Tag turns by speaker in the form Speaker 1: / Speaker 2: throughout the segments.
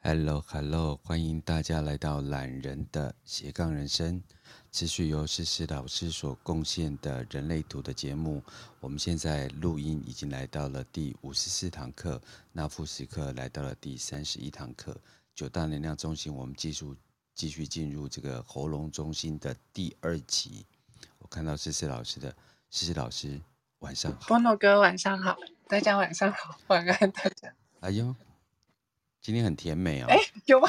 Speaker 1: Hello Hello，欢迎大家来到懒人的斜杠人生，持续由诗诗老师所贡献的人类图的节目。我们现在录音已经来到了第五十四堂课，那副时课来到了第三十一堂课。九大能量中心，我们继续继续进入这个喉咙中心的第二集。我看到诗诗老师的，诗诗老师晚上好。
Speaker 2: 波诺哥晚上好，大家晚上好，晚安大家。
Speaker 1: 哎呦，今天很甜美哦。
Speaker 2: 哎，有吗？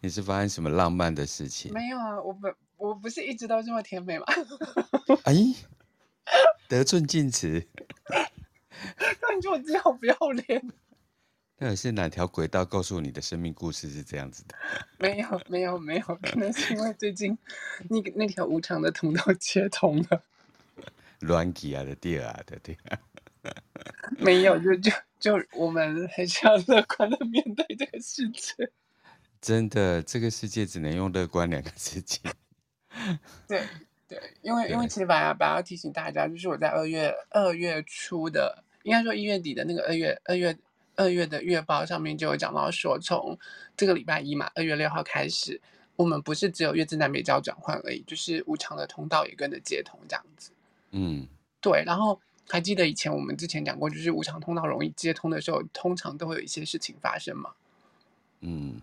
Speaker 1: 你是发生什么浪漫的事情？
Speaker 2: 没有啊，我不，我不是一直都这么甜美吗？
Speaker 1: 哎，得寸进尺，
Speaker 2: 感觉我自己好不要脸。
Speaker 1: 到底是哪条轨道告诉你的生命故事是这样子的？
Speaker 2: 没有，没有，没有，可能是因为最近那个那条无常的通道接通了。
Speaker 1: 乱起啊的对啊的对啊，
Speaker 2: 没有，就就就我们还是要乐观的面对这个世界。
Speaker 1: 真的，这个世界只能用乐观两个字讲。
Speaker 2: 对对，因为因为
Speaker 1: 对
Speaker 2: 其实本来本来要提醒大家，就是我在二月二月初的，应该说一月底的那个二月二月二月的月报上面就有讲到说，从这个礼拜一嘛，二月六号开始，我们不是只有月之南北交转换而已，就是无偿的通道也跟着接通这样子。
Speaker 1: 嗯，
Speaker 2: 对，然后还记得以前我们之前讲过，就是无偿通道容易接通的时候，通常都会有一些事情发生嘛。
Speaker 1: 嗯，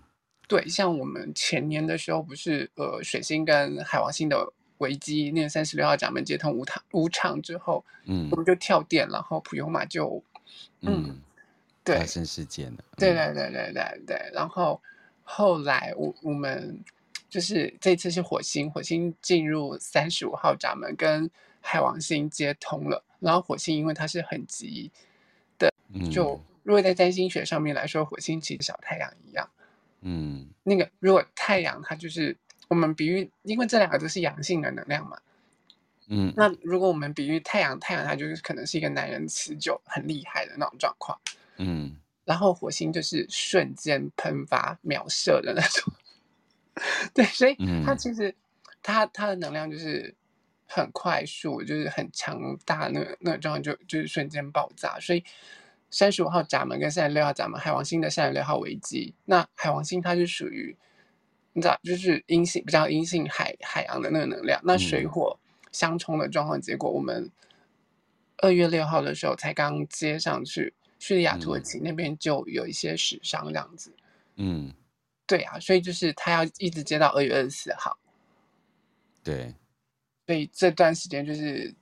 Speaker 2: 对，像我们前年的时候，不是呃水星跟海王星的危机，那个三十六号闸门接通无场无场之后，
Speaker 1: 嗯
Speaker 2: 我们就跳电，然后普悠玛就
Speaker 1: 嗯，
Speaker 2: 对
Speaker 1: 发生事件了。
Speaker 2: 对
Speaker 1: 嗯
Speaker 2: 对对对对对，然后后来我我们就是这次是火星，火星进入三十五号闸门，跟海王星接通了，然后火星因为它是很急，
Speaker 1: 嗯，
Speaker 2: 就如果在占星学上面来说，火星其实小太阳一样。
Speaker 1: 嗯
Speaker 2: 那个如果太阳它就是我们比喻，因为这两个都是阳性的能量嘛。
Speaker 1: 嗯
Speaker 2: 那如果我们比喻太阳，太阳它就是可能是一个男人持久很厉害的那种状况，
Speaker 1: 嗯，
Speaker 2: 然后火星就是瞬间喷发秒射的那种。 对，所以它
Speaker 1: 嗯
Speaker 2: 其实它它的能量就是很快速，就是很强大，那个那个状况就就是瞬间爆炸。所以三十五号闸门跟三十六号闸门，海王星的三十六号危机，那海王星它是属于你知道，就是阴性比较阴性海海洋的那个能量，那水
Speaker 1: 嗯
Speaker 2: 火相冲的状况，结果我们二月六号的时候才刚接上去，叙利亚土耳
Speaker 1: 嗯
Speaker 2: 其那边就有一些死伤这样子。
Speaker 1: 嗯，
Speaker 2: 对啊，所以就是他要一直接到二月二十四号，
Speaker 1: 对，
Speaker 2: 所以这段时间就是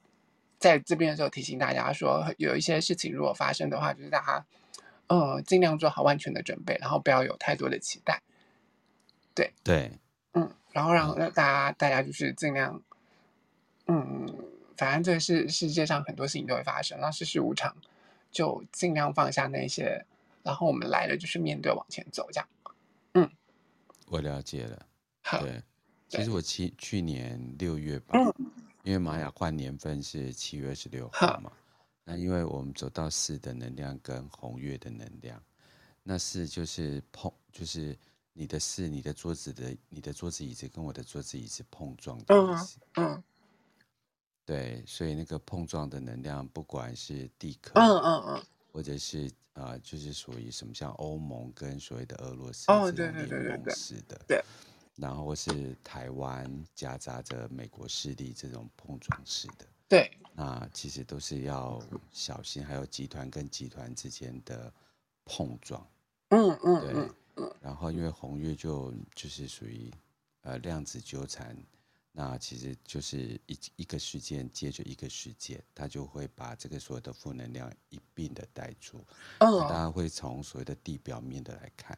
Speaker 2: 在这边的时候提醒大家说，有一些事情如果发生的话，就是大家呃尽量做好万全的准备，然后不要有太多的期待，
Speaker 1: 对，
Speaker 2: 嗯，然后让让大家大家就是尽量，嗯，反正这个世世界上很多事情都会发生，那世事无常，就尽量放下那些，然后我们来了就是面对往前走这样，
Speaker 1: 我了解了。
Speaker 2: 好，
Speaker 1: 对，其
Speaker 2: 对嗯
Speaker 1: 实我去去年六月吧，因为玛雅换年份是七月二十六号
Speaker 2: 好
Speaker 1: 嘛，那因为我们走到四的能量跟红月的能量，那四就是碰，就是你的四，你的桌子的，你的桌子椅子跟我的桌子椅子碰撞的意
Speaker 2: 嗯
Speaker 1: 思。
Speaker 2: 嗯
Speaker 1: 对，所以那个碰撞的能量，不管是地壳，
Speaker 2: 嗯嗯
Speaker 1: 或者是啊，就是属于什么像欧盟跟所谓的俄罗斯
Speaker 2: 嗯，哦，
Speaker 1: 这
Speaker 2: 对
Speaker 1: 种联
Speaker 2: 对对对
Speaker 1: 盟
Speaker 2: 对，
Speaker 1: 式的，
Speaker 2: 对，
Speaker 1: 然后是台湾夹杂着美国势力这种碰撞式的，
Speaker 2: 对，
Speaker 1: 那其实都是要小心，还有集团跟集团之间的碰撞，
Speaker 2: 嗯嗯
Speaker 1: 对
Speaker 2: 嗯，
Speaker 1: 然后因为红月就就是属于呃量子纠缠，那其实就是一一个事件接着一个事件，它就会把这个所有的负能量一并的带出。那大
Speaker 2: 嗯
Speaker 1: 家会从所谓的地表面的来看，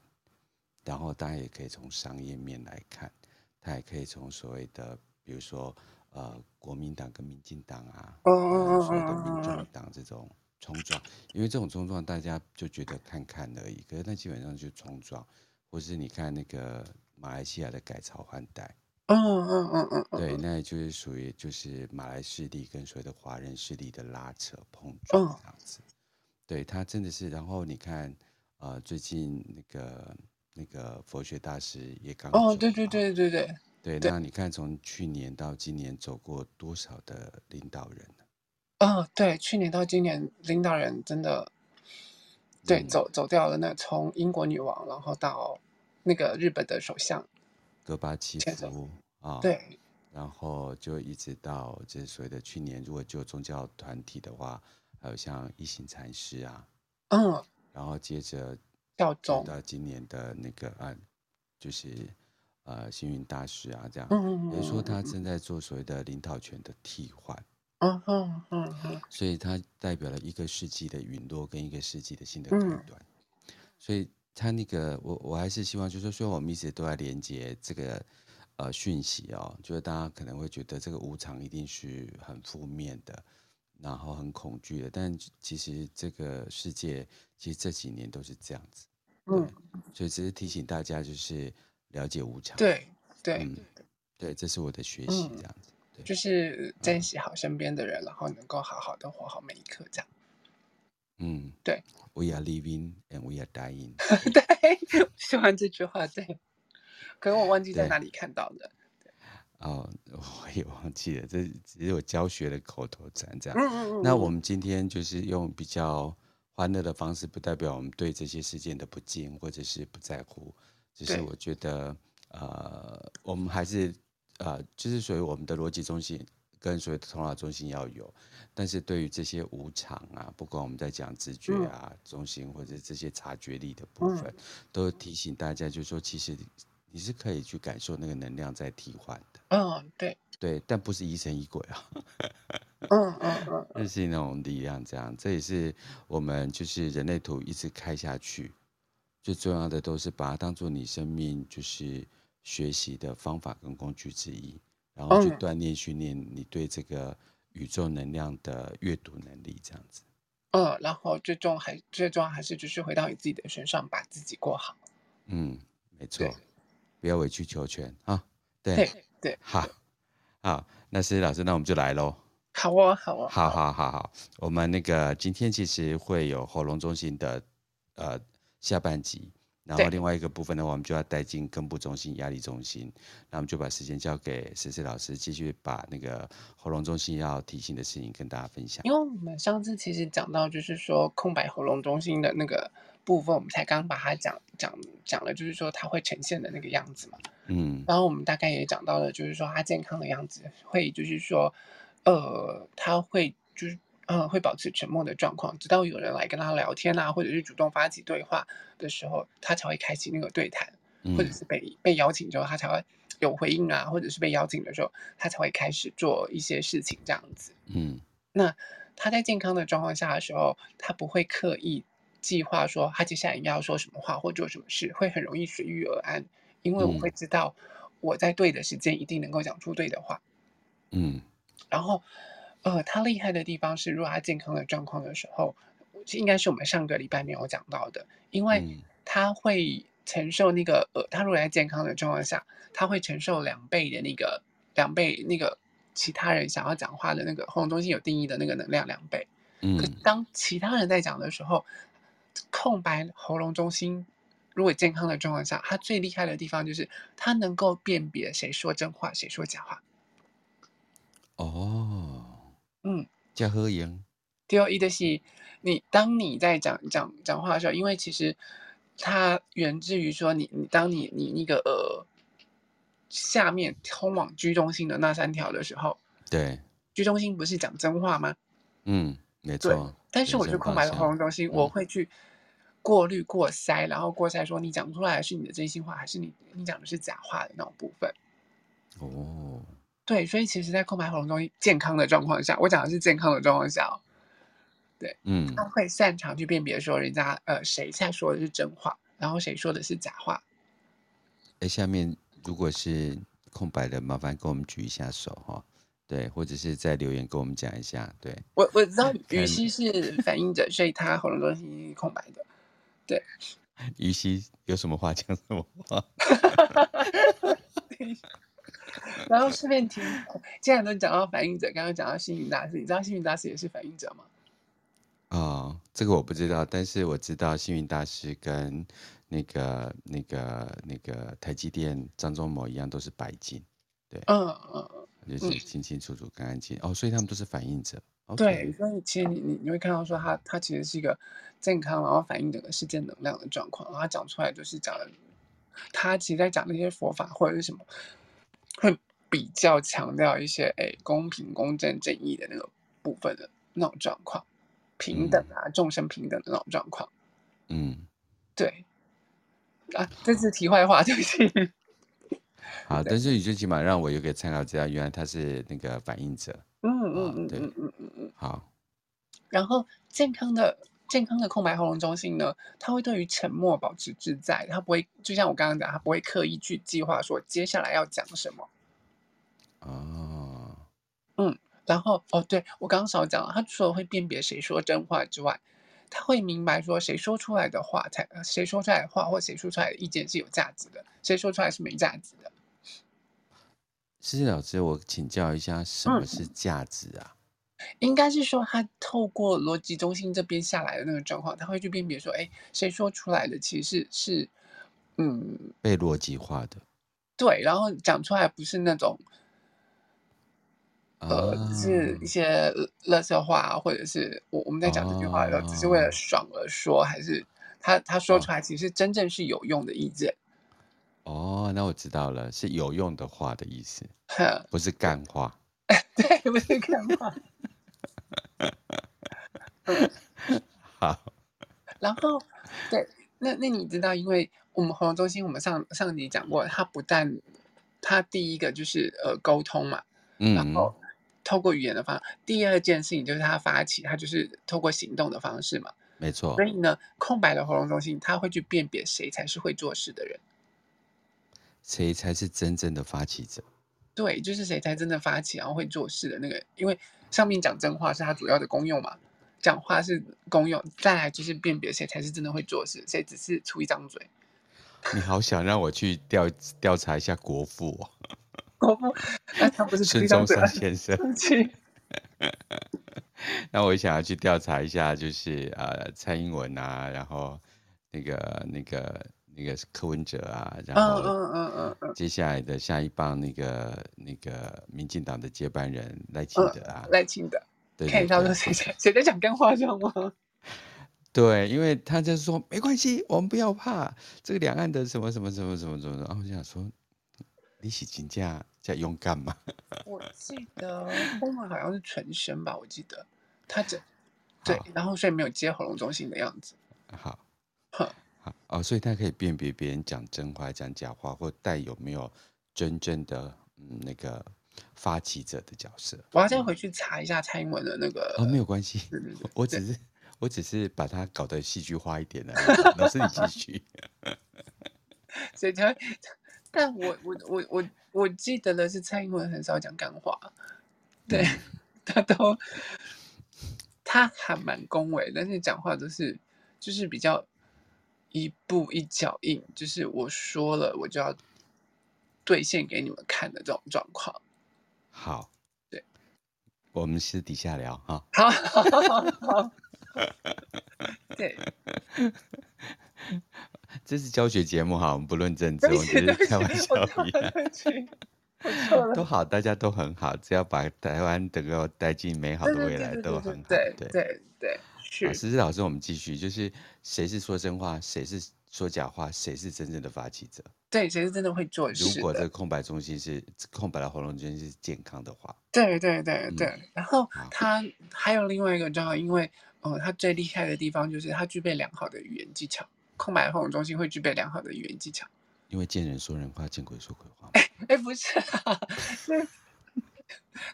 Speaker 1: 然后大家也可以从商业面来看，它也可以从所谓的比如说呃国民党跟民进党啊，
Speaker 2: 嗯
Speaker 1: 跟
Speaker 2: 嗯
Speaker 1: 所谓的民
Speaker 2: 嗯
Speaker 1: 众
Speaker 2: 嗯
Speaker 1: 党这种冲撞，因为这种冲撞大家就觉得看看而已，可是那基本上就是冲撞，或是你看那个马来西亚的改朝换代，
Speaker 2: 嗯嗯嗯嗯嗯
Speaker 1: 对，那也就是属于就是马来势力跟所谓的华人势力的拉扯碰撞
Speaker 2: 嗯
Speaker 1: 这样子。对他真的是，然后你看，呃，最近那个那个佛学大师也刚
Speaker 2: 哦，
Speaker 1: 走
Speaker 2: 对对
Speaker 1: 嘛，
Speaker 2: 对对对，
Speaker 1: 对，
Speaker 2: 对
Speaker 1: 那你看从去年到今年走过多少的领导人呢？
Speaker 2: 嗯对，去年到今年，领导人真的对，走走掉了那从英国女王，然后到那个日本的首相，
Speaker 1: 戈巴契
Speaker 2: 前
Speaker 1: 夫啊，，
Speaker 2: 对
Speaker 1: 然后就一直到就是所谓的去年，如果就宗教团体的话，还有像一行禅师啊，
Speaker 2: 嗯，
Speaker 1: 然后接着
Speaker 2: 教
Speaker 1: 走
Speaker 2: 宗，
Speaker 1: 到今年的那个啊，就是呃星云大师啊这样，
Speaker 2: 嗯，
Speaker 1: 也就是说他正在做所谓的领导权的替换，
Speaker 2: 嗯，嗯嗯嗯嗯，
Speaker 1: 所以它代表了一个世纪的陨落跟一个世纪的新的开
Speaker 2: 嗯
Speaker 1: 端。所以它那个，我我还是希望，就是说，虽然我们一直都在连接这个呃讯息哦，就是大家可能会觉得这个无常一定是很负面的，然后很恐惧的，但其实这个世界其实这几年都是这样子，
Speaker 2: 嗯，
Speaker 1: 所以只是提醒大家就是了解无常。，
Speaker 2: 对对
Speaker 1: 嗯，对，这是我的学习
Speaker 2: 嗯
Speaker 1: 这样子。对
Speaker 2: 就是珍惜好身边的人，然后能够好好的活好每一刻，这样。
Speaker 1: 嗯，
Speaker 2: 对
Speaker 1: ，We are living and we are dying。
Speaker 2: 对，我喜欢这句话。对，可是我忘记在
Speaker 1: 对
Speaker 2: 哪里看到的。
Speaker 1: 哦， 我也忘记了，这只是我教学的口头禅这样。
Speaker 2: 嗯嗯嗯。
Speaker 1: 那
Speaker 2: 嗯
Speaker 1: 我们今天就是用比较欢乐的方式，不代表我们对这些事件的不敬或者是不在乎，只是
Speaker 2: 对
Speaker 1: 我觉得，呃，我们还是呃，就是属于我们的逻辑中心跟所谓的头脑中心要有，但是对于这些无常啊，不管我们在讲直觉
Speaker 2: 嗯
Speaker 1: 啊、中心或者这些察觉力的部
Speaker 2: 嗯
Speaker 1: 分，都提醒大家，就是说，其实你是可以去感受那个能量在替换的。
Speaker 2: 嗯，对，
Speaker 1: 对，但不是疑神疑鬼啊，
Speaker 2: 嗯嗯嗯
Speaker 1: 那是那种力量，这样，这也是我们就是人类图一直开下去，最重要的都是把它当做你生命就是学习的方法跟工具之一，然后去
Speaker 2: 嗯
Speaker 1: 锻炼训练你对这个宇宙能量的阅读能力，这样子。
Speaker 2: 嗯，然后最终还最终还是就是回到你自己的身上，把自己过好。
Speaker 1: 嗯，没错
Speaker 2: 对，
Speaker 1: 不要委曲求全啊。对
Speaker 2: 对，对，
Speaker 1: 好，好，那思思老师，那我们就来喽。
Speaker 2: 好哦，好哦，
Speaker 1: 好好好好，我们那个今天其实会有喉咙中心的呃下半集，然后
Speaker 2: 对
Speaker 1: 另外一个部分的话，我们就要带进根部中心、压力中心，那我们就把时间交给思思老师，继续把那个喉咙中心要提醒的事情跟大家分享。
Speaker 2: 因为我们上次其实讲到，就是说空白喉咙中心的那个部分，我们才刚把它讲讲讲了，就是说它会呈现的那个样子嘛。
Speaker 1: 嗯
Speaker 2: 然后我们大概也讲到了，就是说它健康的样子，会就是说，呃，它会就是呃会保持沉默的状况，直到有人来跟他聊天啊，或者是主动发起对话的时候，他才会开启那个对谈，或者
Speaker 1: 嗯
Speaker 2: 是被被邀请之后，他才会有回应啊，或者是被邀请的时候，他才会开始做一些事情这样子。
Speaker 1: 嗯
Speaker 2: 那他在健康的状况下的时候，他不会刻意计划说他接下来应该要说什么话或做什么事，会很容易随遇而安，因为我
Speaker 1: 嗯
Speaker 2: 会知道我在对的时间一定能够讲出对的话。
Speaker 1: 嗯
Speaker 2: 然后，呃，他厉害的地方是，如果他健康的状况的时候，这应该是我们上个礼拜没有讲到的，因为
Speaker 1: 嗯
Speaker 2: 他会承受那个呃，他如果在健康的状况下，他会承受两倍的那个两倍那个其他人想要讲话的那个喉咙中心有定义的那个能量两倍。可是
Speaker 1: 嗯
Speaker 2: 当其他人在讲的时候，空白喉咙中心。如果健康的状况下，他最厉害的地方就是他能够辨别谁说真话，谁说假话。
Speaker 1: 哦，
Speaker 2: 嗯，
Speaker 1: 加喝盐，
Speaker 2: 第二一的是，你当你在讲讲讲话的时候，因为其实它源自于说你你当你你那个呃下面通往居中心的那三条的时候，
Speaker 1: 对，
Speaker 2: 居中心不是讲真话吗？
Speaker 1: 嗯，没
Speaker 2: 对
Speaker 1: 错，
Speaker 2: 但是
Speaker 1: 人
Speaker 2: 我去
Speaker 1: 生
Speaker 2: 空
Speaker 1: 方
Speaker 2: 白的喉
Speaker 1: 向
Speaker 2: 咙中心，
Speaker 1: 嗯
Speaker 2: 我会去过滤过筛，然后过筛说你讲出来的是你的真心话，还是你你讲的是假话的那种部分。
Speaker 1: 哦，
Speaker 2: 对，所以其实，在空白喉咙中心健康的状况下，我讲的是健康的状况下、哦，
Speaker 1: 嗯
Speaker 2: 他会擅长去辨别说人家呃谁在说的是真话，然后谁说的是假话。
Speaker 1: 哎，下面如果是空白的，麻烦跟我们举一下手哈、对，或者是在留言跟我们讲一下。对，
Speaker 2: 我我 知道
Speaker 1: 看
Speaker 2: 于西是反应者，所以他喉咙中心是空白的。
Speaker 1: 于西有什么话 讲什么话。
Speaker 2: 然后顺便提，既然都讲到反应者，刚刚讲到星云大师，你知道星云大师也是反应者吗？
Speaker 1: 哦，这个我不知道，但是我知道幸运大师跟那个、那个、那个台积电张忠谋一样，都是白金。
Speaker 2: 嗯嗯，嗯
Speaker 1: 也是清清楚楚、干干净哦，所以他们都是反应者。
Speaker 2: 对，
Speaker 1: OK，
Speaker 2: 所以其实你你你会看到说它它其实是一个健康，然后反映整个世界能量的状况，然后它讲出来就是讲的，它其实在讲那些佛法或者是什么，会比较强调一些哎公平、公正、正义的那种部分的那种状况，平等
Speaker 1: 嗯
Speaker 2: 啊，众生平等的那种状况，
Speaker 1: 嗯，
Speaker 2: 对啊，这是题外话，对不起，
Speaker 1: 好，但是你最起码让我有个参考资料，原来他是那个反应者
Speaker 2: 嗯嗯
Speaker 1: 啊，
Speaker 2: 嗯
Speaker 1: 对，
Speaker 2: 嗯嗯嗯嗯。
Speaker 1: 好，
Speaker 2: 然后健康的健康的空白喉咙中心呢，它会对于沉默保持自在，它不会就像我刚刚讲，它不会刻意去计划说接下来要讲什么。
Speaker 1: 哦，
Speaker 2: 嗯，然后哦，对我刚刚少讲了，它除了会辨别谁说真话之外，它会明白说谁说出来的话才呃谁说出来的话或谁说出来的意见是有价值的，谁说出来是没价值的。
Speaker 1: 思思老师，我请教一下，什么
Speaker 2: 嗯，
Speaker 1: 是价值啊？
Speaker 2: 应该是说，他透过逻辑中心这边下来的那个状况，他会去辨别说，哎，谁说出来的其实是，是嗯，
Speaker 1: 被逻辑化的
Speaker 2: 对，然后讲出来不是那种呃，只是一
Speaker 1: 啊，
Speaker 2: 些垃圾话啊，或者是我我们在讲这句话的时候，只是为了
Speaker 1: 哦，
Speaker 2: 爽而说，还是他他说
Speaker 1: 哦，
Speaker 2: 出来其实真正是有用的意见？
Speaker 1: 哦，那我知道了，是有用的话的意思，
Speaker 2: 哼，
Speaker 1: 不是干话。
Speaker 2: 对，不是干话。嗯，
Speaker 1: 好，
Speaker 2: 然后对，那那你知道，因为我们喉咙中心，我们上上集讲过，它不但它第一个就是呃沟通嘛，然
Speaker 1: 嗯，
Speaker 2: 后透过语言的方，第二件事情就是它发起，它就是透过行动的方式嘛。
Speaker 1: 没
Speaker 2: 所
Speaker 1: 错，
Speaker 2: 以呢，空白的喉咙中心，它会去辨别谁才是会做事的人，
Speaker 1: 谁才是真正的发起者？
Speaker 2: 对，就是谁才真的发起然后会做事的那个。因为上面讲真话是它主要的功用嘛，讲话是功用，再来就是辨别谁才是真的会做事，谁只是出一张嘴。
Speaker 1: 你好想让我去调调查一下国父、哦、
Speaker 2: 国父，那啊他不是出
Speaker 1: 孙
Speaker 2: 一
Speaker 1: 中
Speaker 2: 张嘴
Speaker 1: 山
Speaker 2: 吗？
Speaker 1: 先生，
Speaker 2: 对不啊起，
Speaker 1: 那我想要去调查一下，就是呃蔡英文啊，然后那个那个那个柯文哲啊，然
Speaker 2: 嗯
Speaker 1: 后
Speaker 2: 嗯嗯嗯嗯
Speaker 1: 接下来的下一棒那个那个民进党的接班人赖清
Speaker 2: 嗯，
Speaker 1: 德啊，
Speaker 2: 赖清德，
Speaker 1: 对
Speaker 2: 看
Speaker 1: 对
Speaker 2: 一下说
Speaker 1: 对
Speaker 2: 谁在谁在讲干话，这样吗？
Speaker 1: 对，因为他就说没关系，我们不要怕这个两岸的什么什么什么什么什么，然后我就想说你是真正在勇敢 吗？
Speaker 2: 我记得后面好像是纯生吧，我记得他
Speaker 1: 啊
Speaker 2: 这对，
Speaker 1: 好
Speaker 2: 然后所以没有接喉咙中心的样子。
Speaker 1: 好。
Speaker 2: 哼，
Speaker 1: 好哦，所以他可以辨别别人讲真话、讲假话，或带有没有真正的嗯那个发起者的角色。
Speaker 2: 我要再
Speaker 1: 嗯，
Speaker 2: 回去查一下蔡英文的那
Speaker 1: 哦，没
Speaker 2: 个，
Speaker 1: 有关 系，
Speaker 2: 对对对
Speaker 1: 我我
Speaker 2: 对，
Speaker 1: 只是我只是把它搞得戏剧化一点而已。老师，你继续。
Speaker 2: 所以才会。但我我我我我记得的是蔡英文很少讲干话，对
Speaker 1: 嗯，
Speaker 2: 他都他还蛮恭维，但是讲话都是就是比较一步一脚印，就是我说了我就要兑现给你们看的这种状况。
Speaker 1: 好，
Speaker 2: 对，
Speaker 1: 我们私底下聊哈。
Speaker 2: 好，好，好，好， 对，
Speaker 1: 这是教学节目哈，我们不论政
Speaker 2: 对
Speaker 1: 治，
Speaker 2: 不
Speaker 1: 我们只
Speaker 2: 起，对
Speaker 1: 是开玩
Speaker 2: 不起，
Speaker 1: 笑
Speaker 2: 我错
Speaker 1: 一下。
Speaker 2: 了，对不起，我错了。
Speaker 1: 都好，大家都很好，只要把台湾能够带进美好
Speaker 2: 对
Speaker 1: 的
Speaker 2: 对
Speaker 1: 未
Speaker 2: 对
Speaker 1: 来，
Speaker 2: 对
Speaker 1: 都
Speaker 2: 对对
Speaker 1: 很好。
Speaker 2: 对
Speaker 1: 对。
Speaker 2: 对对，
Speaker 1: 好，
Speaker 2: 是，
Speaker 1: 思思老师，我们继续，就是谁是说真话，谁是说假话，谁是真正的发起者？
Speaker 2: 对，谁是真的会做
Speaker 1: 如
Speaker 2: 事
Speaker 1: 果这
Speaker 2: 的？
Speaker 1: 个空白中心是空白的喉咙中心是健康的话，
Speaker 2: 对对对
Speaker 1: 嗯，
Speaker 2: 对。然后
Speaker 1: 好，
Speaker 2: 他还有另外一个重要，因为呃，他最厉害的地方就是他具备良好的语言技巧。空白喉咙中心会具备良好的语言技巧。
Speaker 1: 因为见人说人话，见鬼说鬼话嘛。
Speaker 2: 哎，不是啊，那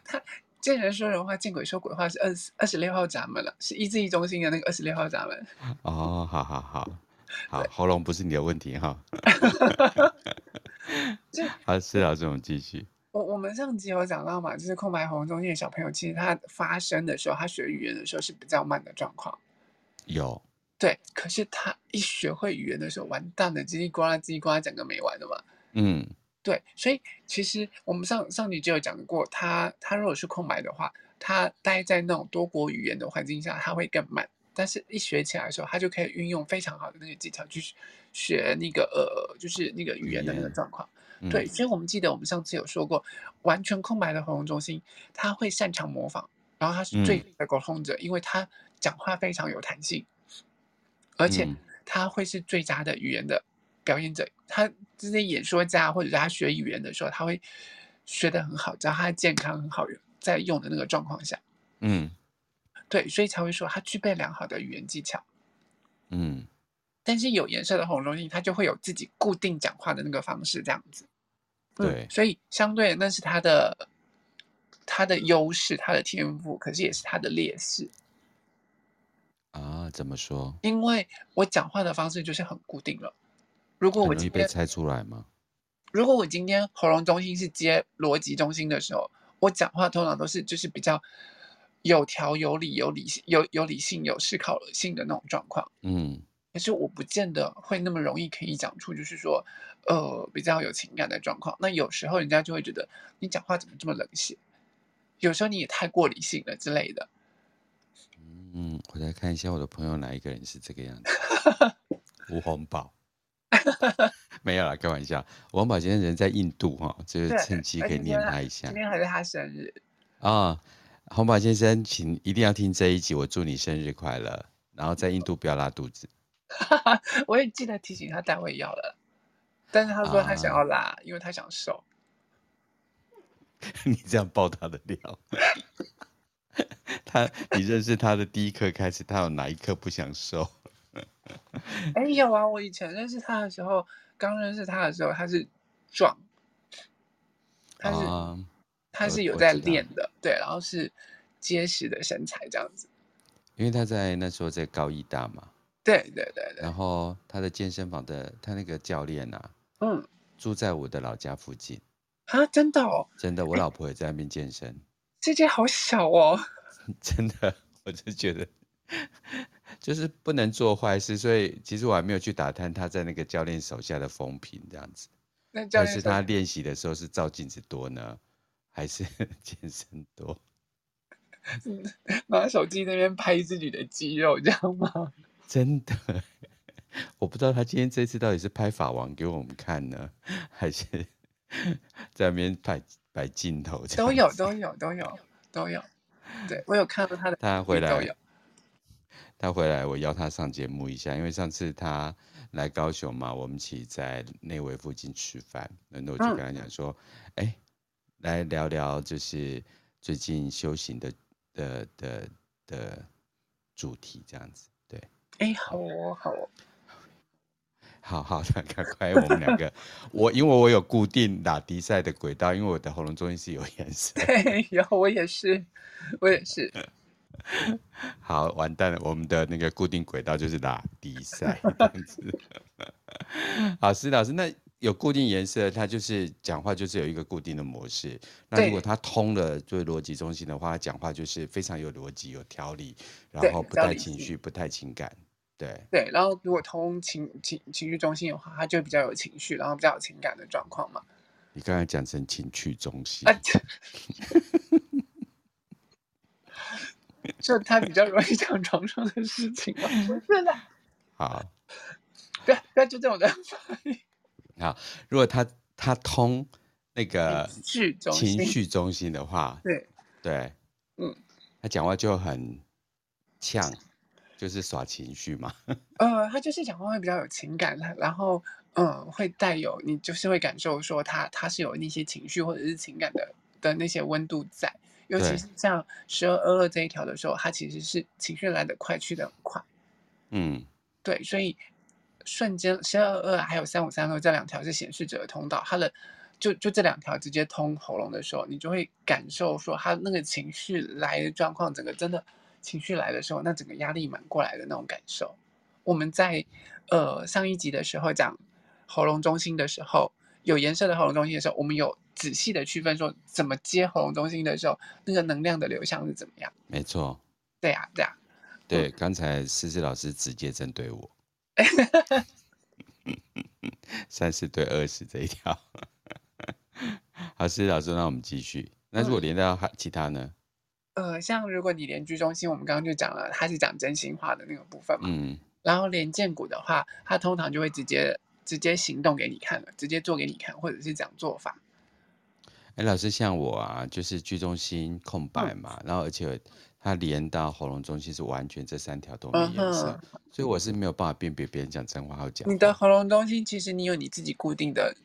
Speaker 2: 他见人说人话，见鬼说鬼话是二十二十六号闸门了，是一至一中心的那个二十六号闸门。
Speaker 1: 哦，好好好，好，
Speaker 2: 对，
Speaker 1: 喉咙不是你的问题 哈。
Speaker 2: 就
Speaker 1: 好，思老师，我们继续。
Speaker 2: 我我们上集有讲到嘛，就是空白喉咙中心的小朋友，其实他发声的时候，他学语言的时候是比较慢的状况。
Speaker 1: 有，
Speaker 2: 对，可是他一学会语言的时候，完蛋了，叽里呱啦叽里呱啦讲个没完的嘛。
Speaker 1: 嗯，
Speaker 2: 对，所以其实我们上上集就有讲过，他他如果是空白的话，他待在那种多国语言的环境下，他会更慢。但是，一学起来的时候，他就可以运用非常好的那个技巧去学那个呃，就是那个语
Speaker 1: 语
Speaker 2: 言的那个
Speaker 1: 言，
Speaker 2: 状况。
Speaker 1: 嗯
Speaker 2: 对，所以我们记得我们上次有说过，完全空白的喉咙中心，他会擅长模仿，然后他是最
Speaker 1: 嗯
Speaker 2: 厉的沟通者，因为他讲话非常有弹性，而且
Speaker 1: 嗯
Speaker 2: 他会是最佳的语言的表演者。他这些演说家或者是他学语言的时候，他会学得很好，只要他健康很好，在用的那个状况下，
Speaker 1: 嗯
Speaker 2: 对，所以才会说他具备良好的语言技巧。
Speaker 1: 嗯
Speaker 2: 但是有颜色的红中心，它就会有自己固定讲话的那个方式，这样子。嗯
Speaker 1: 对
Speaker 2: 所以相对的那是它的它的优势，它的天赋，可是也是它的劣势，
Speaker 1: 啊，怎么说？
Speaker 2: 因为我讲话的方式就是很固定了。如果
Speaker 1: 很
Speaker 2: 我
Speaker 1: 容易
Speaker 2: 今
Speaker 1: 被
Speaker 2: 天
Speaker 1: 猜出来吗？
Speaker 2: 如果我今天喉咙中心是接逻辑中心的时候，我讲话通常都是就是比较有条有理、有理性、有有理性、有思考性的那种状况。
Speaker 1: 嗯
Speaker 2: 可是我不见得会那么容易可以讲出，就是说，呃，比较有情感的状况。那有时候人家就会觉得你讲话怎么这么冷血，有时候你也太过理性了之类的。
Speaker 1: 嗯，我再看一下我的朋友哪一个人是这个样 子。吴洪宝， 没有啦，开玩笑。吴洪宝今天人在印度哈，就是
Speaker 2: 对
Speaker 1: 趁机
Speaker 2: 而
Speaker 1: 可以
Speaker 2: 且今
Speaker 1: 念
Speaker 2: 天
Speaker 1: 他一下
Speaker 2: 今天还是他生日，
Speaker 1: 啊。洪宝先生，请一定要听这一集，我祝你生日快乐。然后在印度不要拉肚子。
Speaker 2: 我也记得提醒他单位要了，但是他说他
Speaker 1: 啊
Speaker 2: 想要拉，因为他想瘦。
Speaker 1: 你这样爆他的料， 他你认识他的第一刻开始，他有哪一刻不想瘦？
Speaker 2: 哎，有啊，我以前认识他的时候，刚认识他的时候，他是壮，他是、
Speaker 1: 啊，
Speaker 2: 他
Speaker 1: 我
Speaker 2: 是有
Speaker 1: 我
Speaker 2: 在
Speaker 1: 知道
Speaker 2: 练的，对，然后是结实的身材这样子。
Speaker 1: 因为他在那时候在高一大嘛，
Speaker 2: 对对对对，
Speaker 1: 然后他的健身房的他那个教练啊，
Speaker 2: 嗯
Speaker 1: 住在我的老家附近，
Speaker 2: 啊，真的哦，
Speaker 1: 真的，我老婆也在那边健身，
Speaker 2: 这间好小哦，
Speaker 1: 真的，我就觉得就是不能做坏事，所以其实我还没有去打探他在那个教练手下的风评这样子。
Speaker 2: 那教
Speaker 1: 但
Speaker 2: 练
Speaker 1: 是
Speaker 2: 说
Speaker 1: 他练习的时候是照镜子多呢，还是 健身多？
Speaker 2: 嗯 拿手机那边拍自己的肌肉，这样吗？
Speaker 1: 真的， 我不知道他今天这次到底是拍法王给我们看呢，还是 在那边摆摆镜头这样
Speaker 2: 都有
Speaker 1: 子
Speaker 2: 都有都有都有，对我有看到他的
Speaker 1: 他回
Speaker 2: 都
Speaker 1: 来
Speaker 2: 有，
Speaker 1: 他回来，我邀他上节目一下，因为上次他来高雄嘛，我们一起在内围附近吃饭，然后我就
Speaker 2: 嗯
Speaker 1: 跟他讲说，哎、来聊聊就是最近修行的的的的主题这样子，对，
Speaker 2: 哎，好哦好哦，
Speaker 1: 好好的， 赶快我们两个，我因为我有固定打迪赛的轨道，因为我的喉咙中间是有颜色，
Speaker 2: 对，然后我也是，我也是，
Speaker 1: 好，完蛋了，我们的那个固定轨道就是拉低赛 这样子。好，施老师，那有固定颜色，它就是讲话就是有一个固定的模式。那如果
Speaker 2: 对
Speaker 1: 它通了就是逻辑中心的话，它讲话就是非常有逻辑、有条理，然
Speaker 2: 对
Speaker 1: 后
Speaker 2: 比
Speaker 1: 不
Speaker 2: 较
Speaker 1: 带
Speaker 2: 理
Speaker 1: 情
Speaker 2: 性
Speaker 1: 绪、不带情感。对，
Speaker 2: 对，然后如果通情情情绪中心的话，他就比较有情绪，然后比较有情感的状况嘛。
Speaker 1: 你刚才讲成情趣中心
Speaker 2: 啊，， 这就他比较容易讲床上的事情嘛， 不是的，
Speaker 1: 好。
Speaker 2: 不要不要就这种的发音。
Speaker 1: 如果它它通那个
Speaker 2: 情绪中心
Speaker 1: 呃情绪中心的话，
Speaker 2: 对，
Speaker 1: 对，
Speaker 2: 嗯，
Speaker 1: 他讲话就很呛，就是耍情绪嘛。
Speaker 2: 呃，他就是讲话会比较有情感，然后嗯，会带有你就是会感受说他他是有那些情绪或者是情感的的那些温度在，尤
Speaker 1: 对
Speaker 2: 其是像十二二二这一条的时候，他其实是情绪来得快去得很快，
Speaker 1: 嗯
Speaker 2: 对，所以瞬间十二二还有三五三六这两条是显示者的通道，它的就就这两条直接通喉咙的时候，你就会感受说他那个情绪来的状况，整个真的情绪来的时候，那整个压力满过来的那种感受。我们在呃上一集的时候讲喉咙中心的时候，有颜色的喉咙中心的时候，我们有仔细的区分说怎么接喉咙中心的时候，那个能量的流向是怎么样。
Speaker 1: 没错，
Speaker 2: 对呀、对啊呀、
Speaker 1: 对，
Speaker 2: 嗯
Speaker 1: 刚才思思老师直接针对 我，三十对二十这一条。好，思思老师，那我们继续。那如
Speaker 2: 嗯
Speaker 1: 果连到他其他呢？
Speaker 2: 呃，像如果你连居中心，我们刚刚就讲了，它是讲真心话的那个部分嘛。
Speaker 1: 嗯
Speaker 2: 然后连见骨的话，它通常就会直接直接行动给你看了，直接做给你看，或者是讲做法。
Speaker 1: 哎，老师，像我啊，就是居中心空
Speaker 2: 嗯
Speaker 1: 白嘛，然后而且它连到喉咙中心是完全这三条都没
Speaker 2: 嗯
Speaker 1: 颜色，
Speaker 2: 哼，
Speaker 1: 所以我是没有办法辨别别人讲真话还有假
Speaker 2: 你的
Speaker 1: 话。
Speaker 2: 喉咙中心其实你有你自己固定的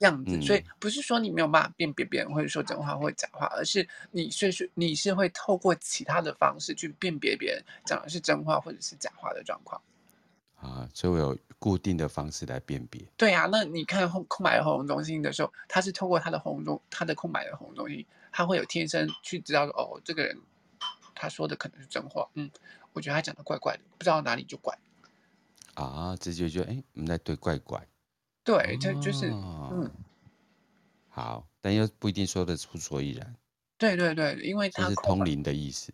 Speaker 2: 样子，所以
Speaker 1: 嗯
Speaker 2: 不是说你没有办法辨别别人会说真话或假话，而是你是是你是会透过其他的方式去辨别别人讲的是真话或者是假话的状况。
Speaker 1: 啊，所以我有固定的方式来辨别。
Speaker 2: 对啊，那你看空空白的喉咙中心的时候，他是透过他的喉咙中，他的空白的喉咙中心，他会有天生去知道说，哦，这个人他说的可能是真话，嗯，我觉得他讲的怪怪的，不知道哪里就怪。
Speaker 1: 啊，直觉觉得哎，诶我们在对怪怪
Speaker 2: 对，这就是，嗯，
Speaker 1: 哦，好，但又不一定说得出所以然，
Speaker 2: 对对对，因为
Speaker 1: 所以
Speaker 2: 他
Speaker 1: 是
Speaker 2: 空
Speaker 1: 通
Speaker 2: 白，
Speaker 1: 灵的意思。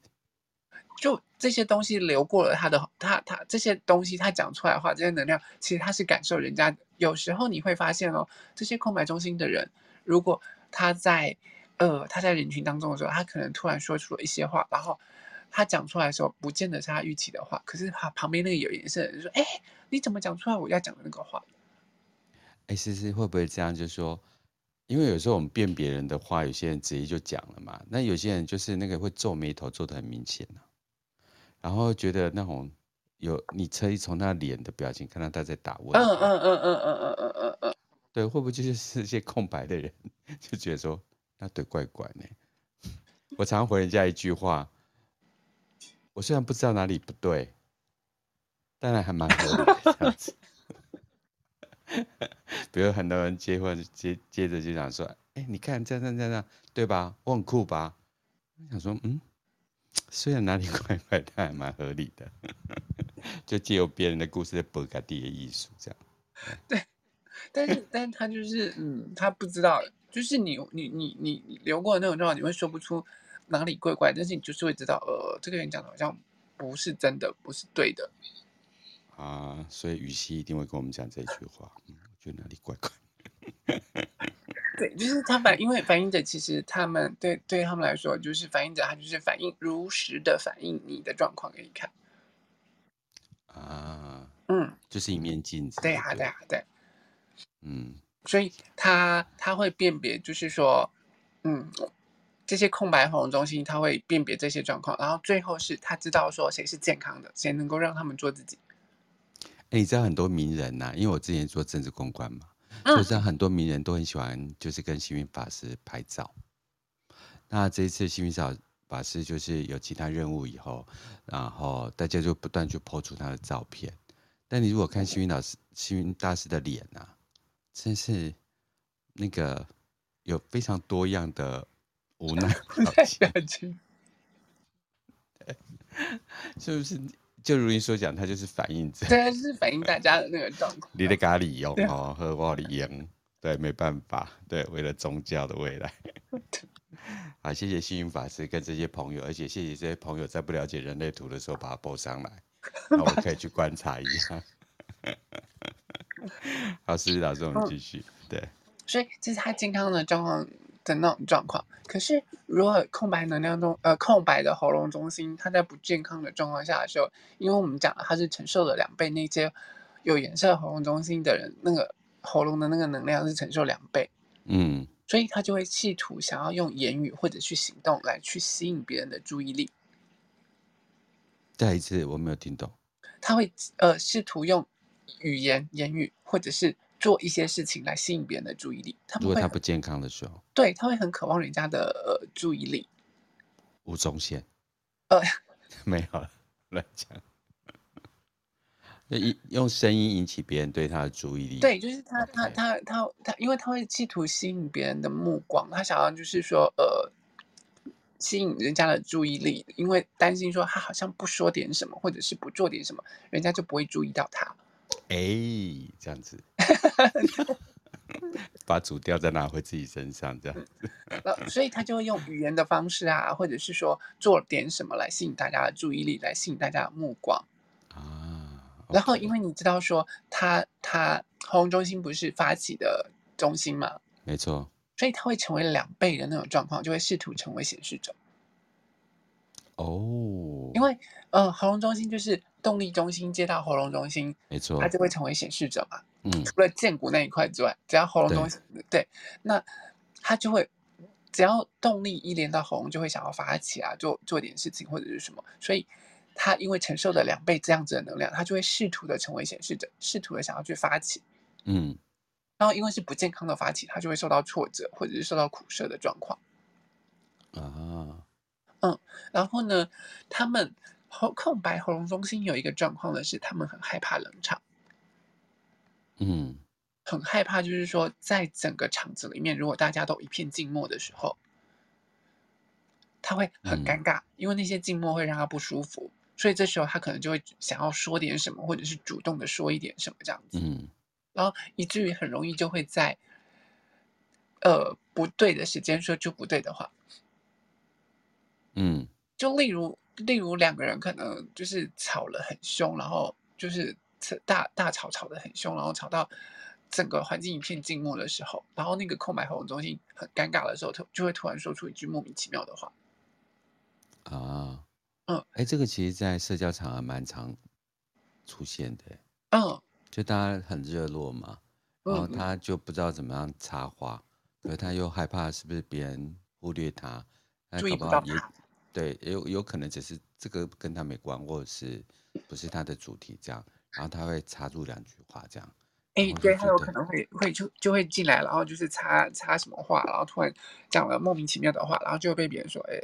Speaker 2: 就这些东西流过了他的，他他这些东西他讲出来的话，这些能量其实他是感受人家的。有时候你会发现哦，这些空白中心的人，如果他在呃他在人群当中的时候，他可能突然说出了一些话，然后他讲出来的时候，不见得是他预期的话，可是他旁边那个有颜色的人就说：“哎，你怎么讲出来我要讲的那个话？”
Speaker 1: 哎，思思会不会这样？就是说，因为有时候我们辨别人的话，有些人直接就讲了嘛，那有些人就是那个会皱眉头，皱得很明显啊，然后觉得那种有你可以从他脸的表情看到他在打问
Speaker 2: 嗯
Speaker 1: 号，
Speaker 2: 嗯嗯嗯嗯嗯嗯嗯
Speaker 1: 对，会不会就是这些空白的人就觉得说，那对怪怪呢？ 我常回人家一句话，我虽然不知道哪里不对，当然还蛮合理的这样子。 比如很多人结婚接接着就想说，哎、你看这样这样这样这样，对吧？我很酷吧？我想说，嗯，虽然哪里 怪怪，但还蛮合理的， 就借由别人的故事来博改自己的艺术，这样。
Speaker 2: 嗯，对。但是，但是他就是，嗯，他不知道，就是你，你，你，你你流过的那种状况，你会说不出哪里怪怪，但是你就是会知道，呃，这个人讲的好像不是真的，不是对的。
Speaker 1: 啊，所以雨熙一定会跟我们讲这句话。嗯，我觉得哪里怪怪。
Speaker 2: 对，就是他反，因为反映者其实他们对对他们来说，就是反映者，他就是反映如实的反映你的状况给你看。
Speaker 1: 啊，
Speaker 2: 嗯，
Speaker 1: 就是一面镜子
Speaker 2: 对
Speaker 1: 就
Speaker 2: 呀、
Speaker 1: 对
Speaker 2: 对啊
Speaker 1: 了。
Speaker 2: 呀、对。
Speaker 1: 嗯，
Speaker 2: 所以他他会辨别，就是说，嗯，这些空白喉咙中心，他会辨别这些状况，然后最后是他知道说谁是健康的，谁能够让他们做自己。
Speaker 1: 哎、你知道很多名人呐、因为我之前做政治公关嘛，所以我
Speaker 2: 嗯
Speaker 1: 知道很多名人都很喜欢，就是跟星云法师拍照。那这一次星云法法师就是有其他任务以后，然后大家就不断去抛出他的照片。但你如果看星云老师、星云大师的脸啊，真是那个有非常多样的无奈表
Speaker 2: 代
Speaker 1: 情。
Speaker 2: 表情，
Speaker 1: 是不是？就如你所讲，它就是反映着
Speaker 2: 对，它就是反映大家的那个状况。
Speaker 1: 你的咖喱用
Speaker 2: 对啊，
Speaker 1: 哦，和我的盐，对，没办法，对，为了宗教的未来， 好，谢谢星云法师跟这些朋友，而且谢谢这些朋友在不了解人类图的时候把它播上来，那我可以去观察一下。 好，思思老师，我们
Speaker 2: 嗯，
Speaker 1: 继续，对，
Speaker 2: 所以这是他健康的状况的那种状况。可是如果空白能量中，呃，空白的喉咙中心，它在不健康的状况下的时候，因为我们讲了，它是承受了两倍，那些有颜色喉咙中心的人，那个喉咙的那个能量是承受两倍，
Speaker 1: 嗯，
Speaker 2: 所以他就会企图想要用言语或者去行动来去吸引别人的注意力。
Speaker 1: 再一次，我没有听懂，
Speaker 2: 他会呃试图用语言、言语或者是做一些事情来吸引别人的注意力。他
Speaker 1: 如果
Speaker 2: 们会
Speaker 1: 它
Speaker 2: 很
Speaker 1: 不健康的时候，
Speaker 2: 对，他会很渴望人家的呃注意力。
Speaker 1: 吴宗宪
Speaker 2: 呃，
Speaker 1: 没有了，乱讲，就一用声音引起别人对他的注意力
Speaker 2: 对，就是他他
Speaker 1: ，OK。
Speaker 2: 他他他，因为他会企图吸引别人的目光，他想要就是说呃吸引人家的注意力，因为担心说他好像不说点什么，或者是不做点什么，人家就不会注意到他。
Speaker 1: 哎、这样 子，把主调再拿回自己身上，这样。
Speaker 2: 呃，所以他就会用语言的方式啊，或者是说做点什么来吸引大家的注意力，来吸引大家的目光。
Speaker 1: 啊
Speaker 2: 嗯然后，因
Speaker 1: ，OK，
Speaker 2: 为你知道说他他喉咙中心不是发起的中心嘛，
Speaker 1: 没错。
Speaker 2: 所以他会成为两倍的那种状况，就会试图成为显示者。
Speaker 1: 哦，
Speaker 2: 因为呃，喉咙中心就是动力中心接到喉咙中心，
Speaker 1: 没错
Speaker 2: 它，就会成为显示者嘛。
Speaker 1: 嗯，
Speaker 2: 除了剑骨那一块之外，只要喉咙中心对，那它就会只要动力一连到喉咙，就会想要发起啊，做做点事情或者是什么，所以。它因为承受了两倍这样子的能量，它就会试图的成为显示者，试图的想要去发起，
Speaker 1: 嗯，
Speaker 2: 然后因为是不健康的发起，它就会受到挫折或者是受到苦涩的状况。
Speaker 1: 啊，
Speaker 2: 然后呢，他们喉空白喉咙中心有一个状况的是，他们很害怕冷场，
Speaker 1: 嗯，
Speaker 2: 很害怕就是说，在整个场子里面，如果大家都一片静默的时候，他会很尴尬，因为那些静默会让他不舒服，所以这时候他可能就会想要说点什么，或者是主动的说一点什么这样子。
Speaker 1: 嗯，
Speaker 2: 然后以至于很容易就会在呃不对的时间说出不对的话。
Speaker 1: 嗯，
Speaker 2: 就例如，例如两个人可能就是吵了很凶，然后就是吵大大吵吵得很凶，然后吵到整个环境一片静默的时候，然后那个空白喉咙中心很尴尬的时候，突就会突然说出一句莫名其妙的话。
Speaker 1: 啊，
Speaker 2: 嗯，
Speaker 1: 哎，这个其实，在社交场合蛮常出现的欸，
Speaker 2: 嗯
Speaker 1: 就大家很热络嘛，然后
Speaker 2: 嗯，嗯
Speaker 1: 哦他就不知道怎么样插话，可是他又害怕是不是别人忽略他，那
Speaker 2: 注意
Speaker 1: 搞
Speaker 2: 不
Speaker 1: 不好
Speaker 2: 到
Speaker 1: 也
Speaker 2: 他。
Speaker 1: 对，也有有可能只是这个跟他没关，或者是不是他的主题这样，然后他会插入两句话这样，然
Speaker 2: 哎，
Speaker 1: 后就
Speaker 2: 对，他
Speaker 1: 觉
Speaker 2: 有
Speaker 1: 哦得
Speaker 2: 可能会会就就会进来，然后就是插插什么话，然后突然讲了莫名其妙的话，然后就会被别人说，哎，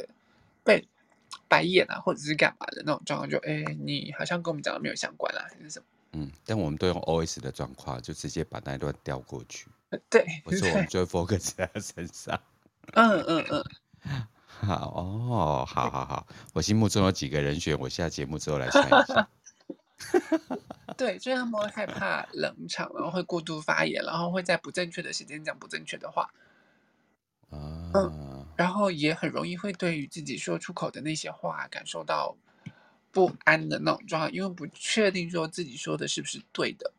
Speaker 2: 被白眼啊，或者是干嘛的那种状况，就哎，你好像跟我们讲的没有相关啊啦，还是什么？
Speaker 1: 嗯，但我们都用 OS 的状况，就直接把那一段调过去，
Speaker 2: 呃对，
Speaker 1: 不是我们就会 focus 在他身上。
Speaker 2: 嗯嗯嗯，
Speaker 1: 好哦，好好好，我心目中有几个人选，我下节目之后来算一 下。
Speaker 2: 对，就是他们会害怕冷场，然后会过度发言，然后会在不正确的时间讲不正确的话，嗯
Speaker 1: 啊，
Speaker 2: 然后也很容易会对于自己说出口的那些话感受到不安的那种状况，因为不确定说自己说的是不是对的。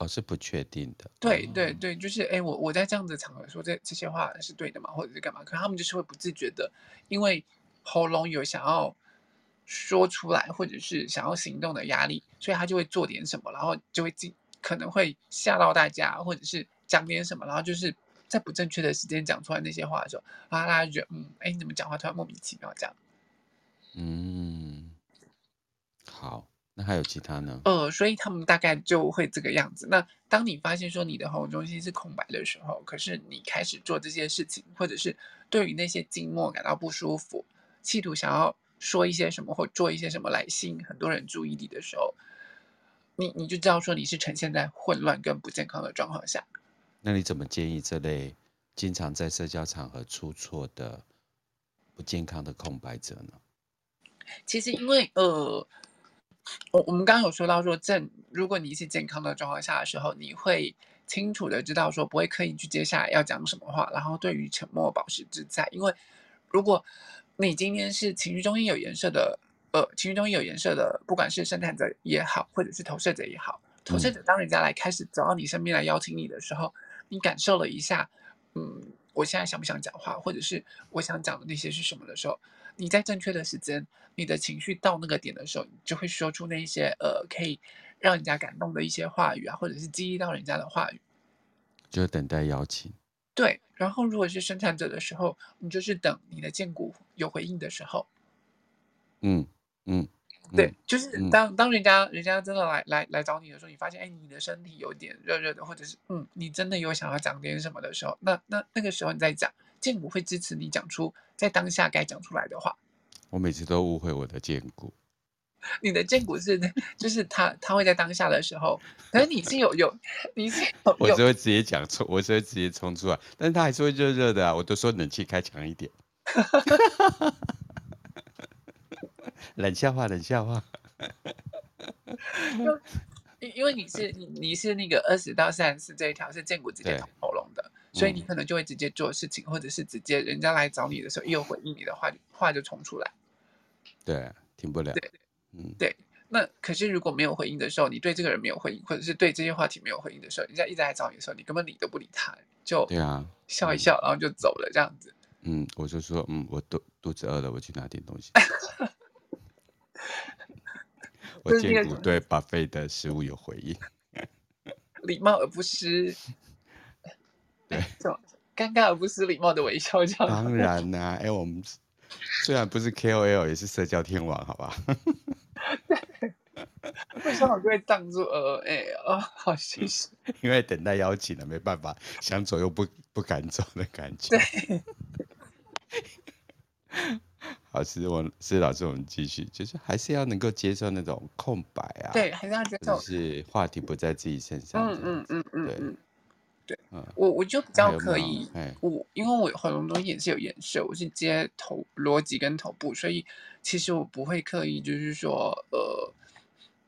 Speaker 1: 哦，是不确定的。
Speaker 2: 对对
Speaker 1: 哦
Speaker 2: 对，就是哎，诶我我在这样子的场合说这这些话是对的嘛，或者是干嘛？可他们就是会不自觉的，因为喉咙有想要说出来，或者是想要行动的压力，所以他就会做点什么，然后就会进，可能会吓到大家，或者是讲点什么，然后就是在不正确的时间讲出来那些话的时候，然后大家就觉得嗯，哎，你怎么讲话突然莫名其妙这样？
Speaker 1: 嗯，好，那还有其他呢？
Speaker 2: 呃，所以他们大概就会这个样子。那当你发现说你的喉咙中心是空白的时候，可是你开始做这些事情，或者是对于那些静默感到不舒服，企图想要说一些什么或做一些什么来吸引很多人注意力的时候，你你就知道说你是呈现在混乱跟不健康的状况下。
Speaker 1: 那你怎么建议这类经常在社交场合出错的不健康的空白者呢？
Speaker 2: 其实因为呃，我我们刚刚有说到说正，如果你是健康的状况下的时候，你会清楚的知道说不会刻意去接下来要讲什么话，然后对于沉默保持自在。因为如果你今天是情绪中心有颜色的，呃，情绪中心有颜色的，不管是生产者也好，或者是投射者也好，投射
Speaker 1: 嗯
Speaker 2: 者当人家来开始走到你身边来邀请你的时候，你感受了一下，嗯，我现在想不想讲话，或者是我想讲的那些是什么的时候，你在正确的时间，你的情绪到那个点的时候，你就会说出那一些呃可以让人家感动的一些话语啊，或者是激励到人家的话语。
Speaker 1: 就等待邀请。
Speaker 2: 对，然后如果是生产者的时候，你就是等你的荐股有回应的时候，
Speaker 1: 嗯嗯嗯
Speaker 2: 对，就是
Speaker 1: 嗯
Speaker 2: 当当人家人家真的来来来找你的时候，你发现哎，你的身体有点热热的，或者是嗯，你真的有想要讲点什么的时候，那那那个时候你再讲，荐股会支持你讲出在当下该讲出来的话。
Speaker 1: 我每次都误会我的荐股。
Speaker 2: 你的荐股是，就是他他会在当下的时候，可是你是有有你是有
Speaker 1: 我只
Speaker 2: 有
Speaker 1: 会直接讲出，我只会直接冲出来，但是他还是会热热的啊。我都说冷气开强一点， 冷笑话，冷笑话。
Speaker 2: 因因为你是你你是那个二十到三十四这一条是荐股直接
Speaker 1: 对
Speaker 2: 捅喉咙的，所以你
Speaker 1: 嗯
Speaker 2: 可能就会直接做事情，或者是直接人家来找你的时候，一有回应你的话话就冲出来。
Speaker 1: 对，停不了。嗯
Speaker 2: 对，那可是如果没有回应的时候，你对这个人没有回应，或者是对这些话题没有回应的时候，人家一直来找你的时候，你根本理都不理他，就
Speaker 1: 对啊，
Speaker 2: 笑一
Speaker 1: 嗯
Speaker 2: 笑，然后就走了这样子。
Speaker 1: 嗯，我就说，嗯，我肚肚子饿了，我去拿点东西吃。 我荐股对巴菲的食物有回应，
Speaker 2: 礼貌而不失，
Speaker 1: 对， 啊
Speaker 2: 这种尴尬而不失礼貌的微笑，这样
Speaker 1: 当然啦、哎、我们虽然不是 KOL，也是社交天王，好吧？
Speaker 2: 为什么我就会挡住呃哎哦，好谢谢，
Speaker 1: 因为等待邀请了，没办法，想走又不不敢走的感觉。 好，其实我是老师，我们继续，就是还是要能够接受那种空白啊，
Speaker 2: 对，，还是要接
Speaker 1: 就
Speaker 2: 受。
Speaker 1: 是话题不在自己身上这
Speaker 2: 嗯
Speaker 1: 样子。
Speaker 2: 嗯嗯嗯
Speaker 1: 对
Speaker 2: 嗯，对
Speaker 1: 嗯，
Speaker 2: 我我就比
Speaker 1: 还
Speaker 2: 较
Speaker 1: 有
Speaker 2: 可
Speaker 1: 没有
Speaker 2: 以，
Speaker 1: 哎，
Speaker 2: 我因为我喉咙中也是有延伸，我是接头逻辑跟头部，所以其实我不会刻意就是说呃，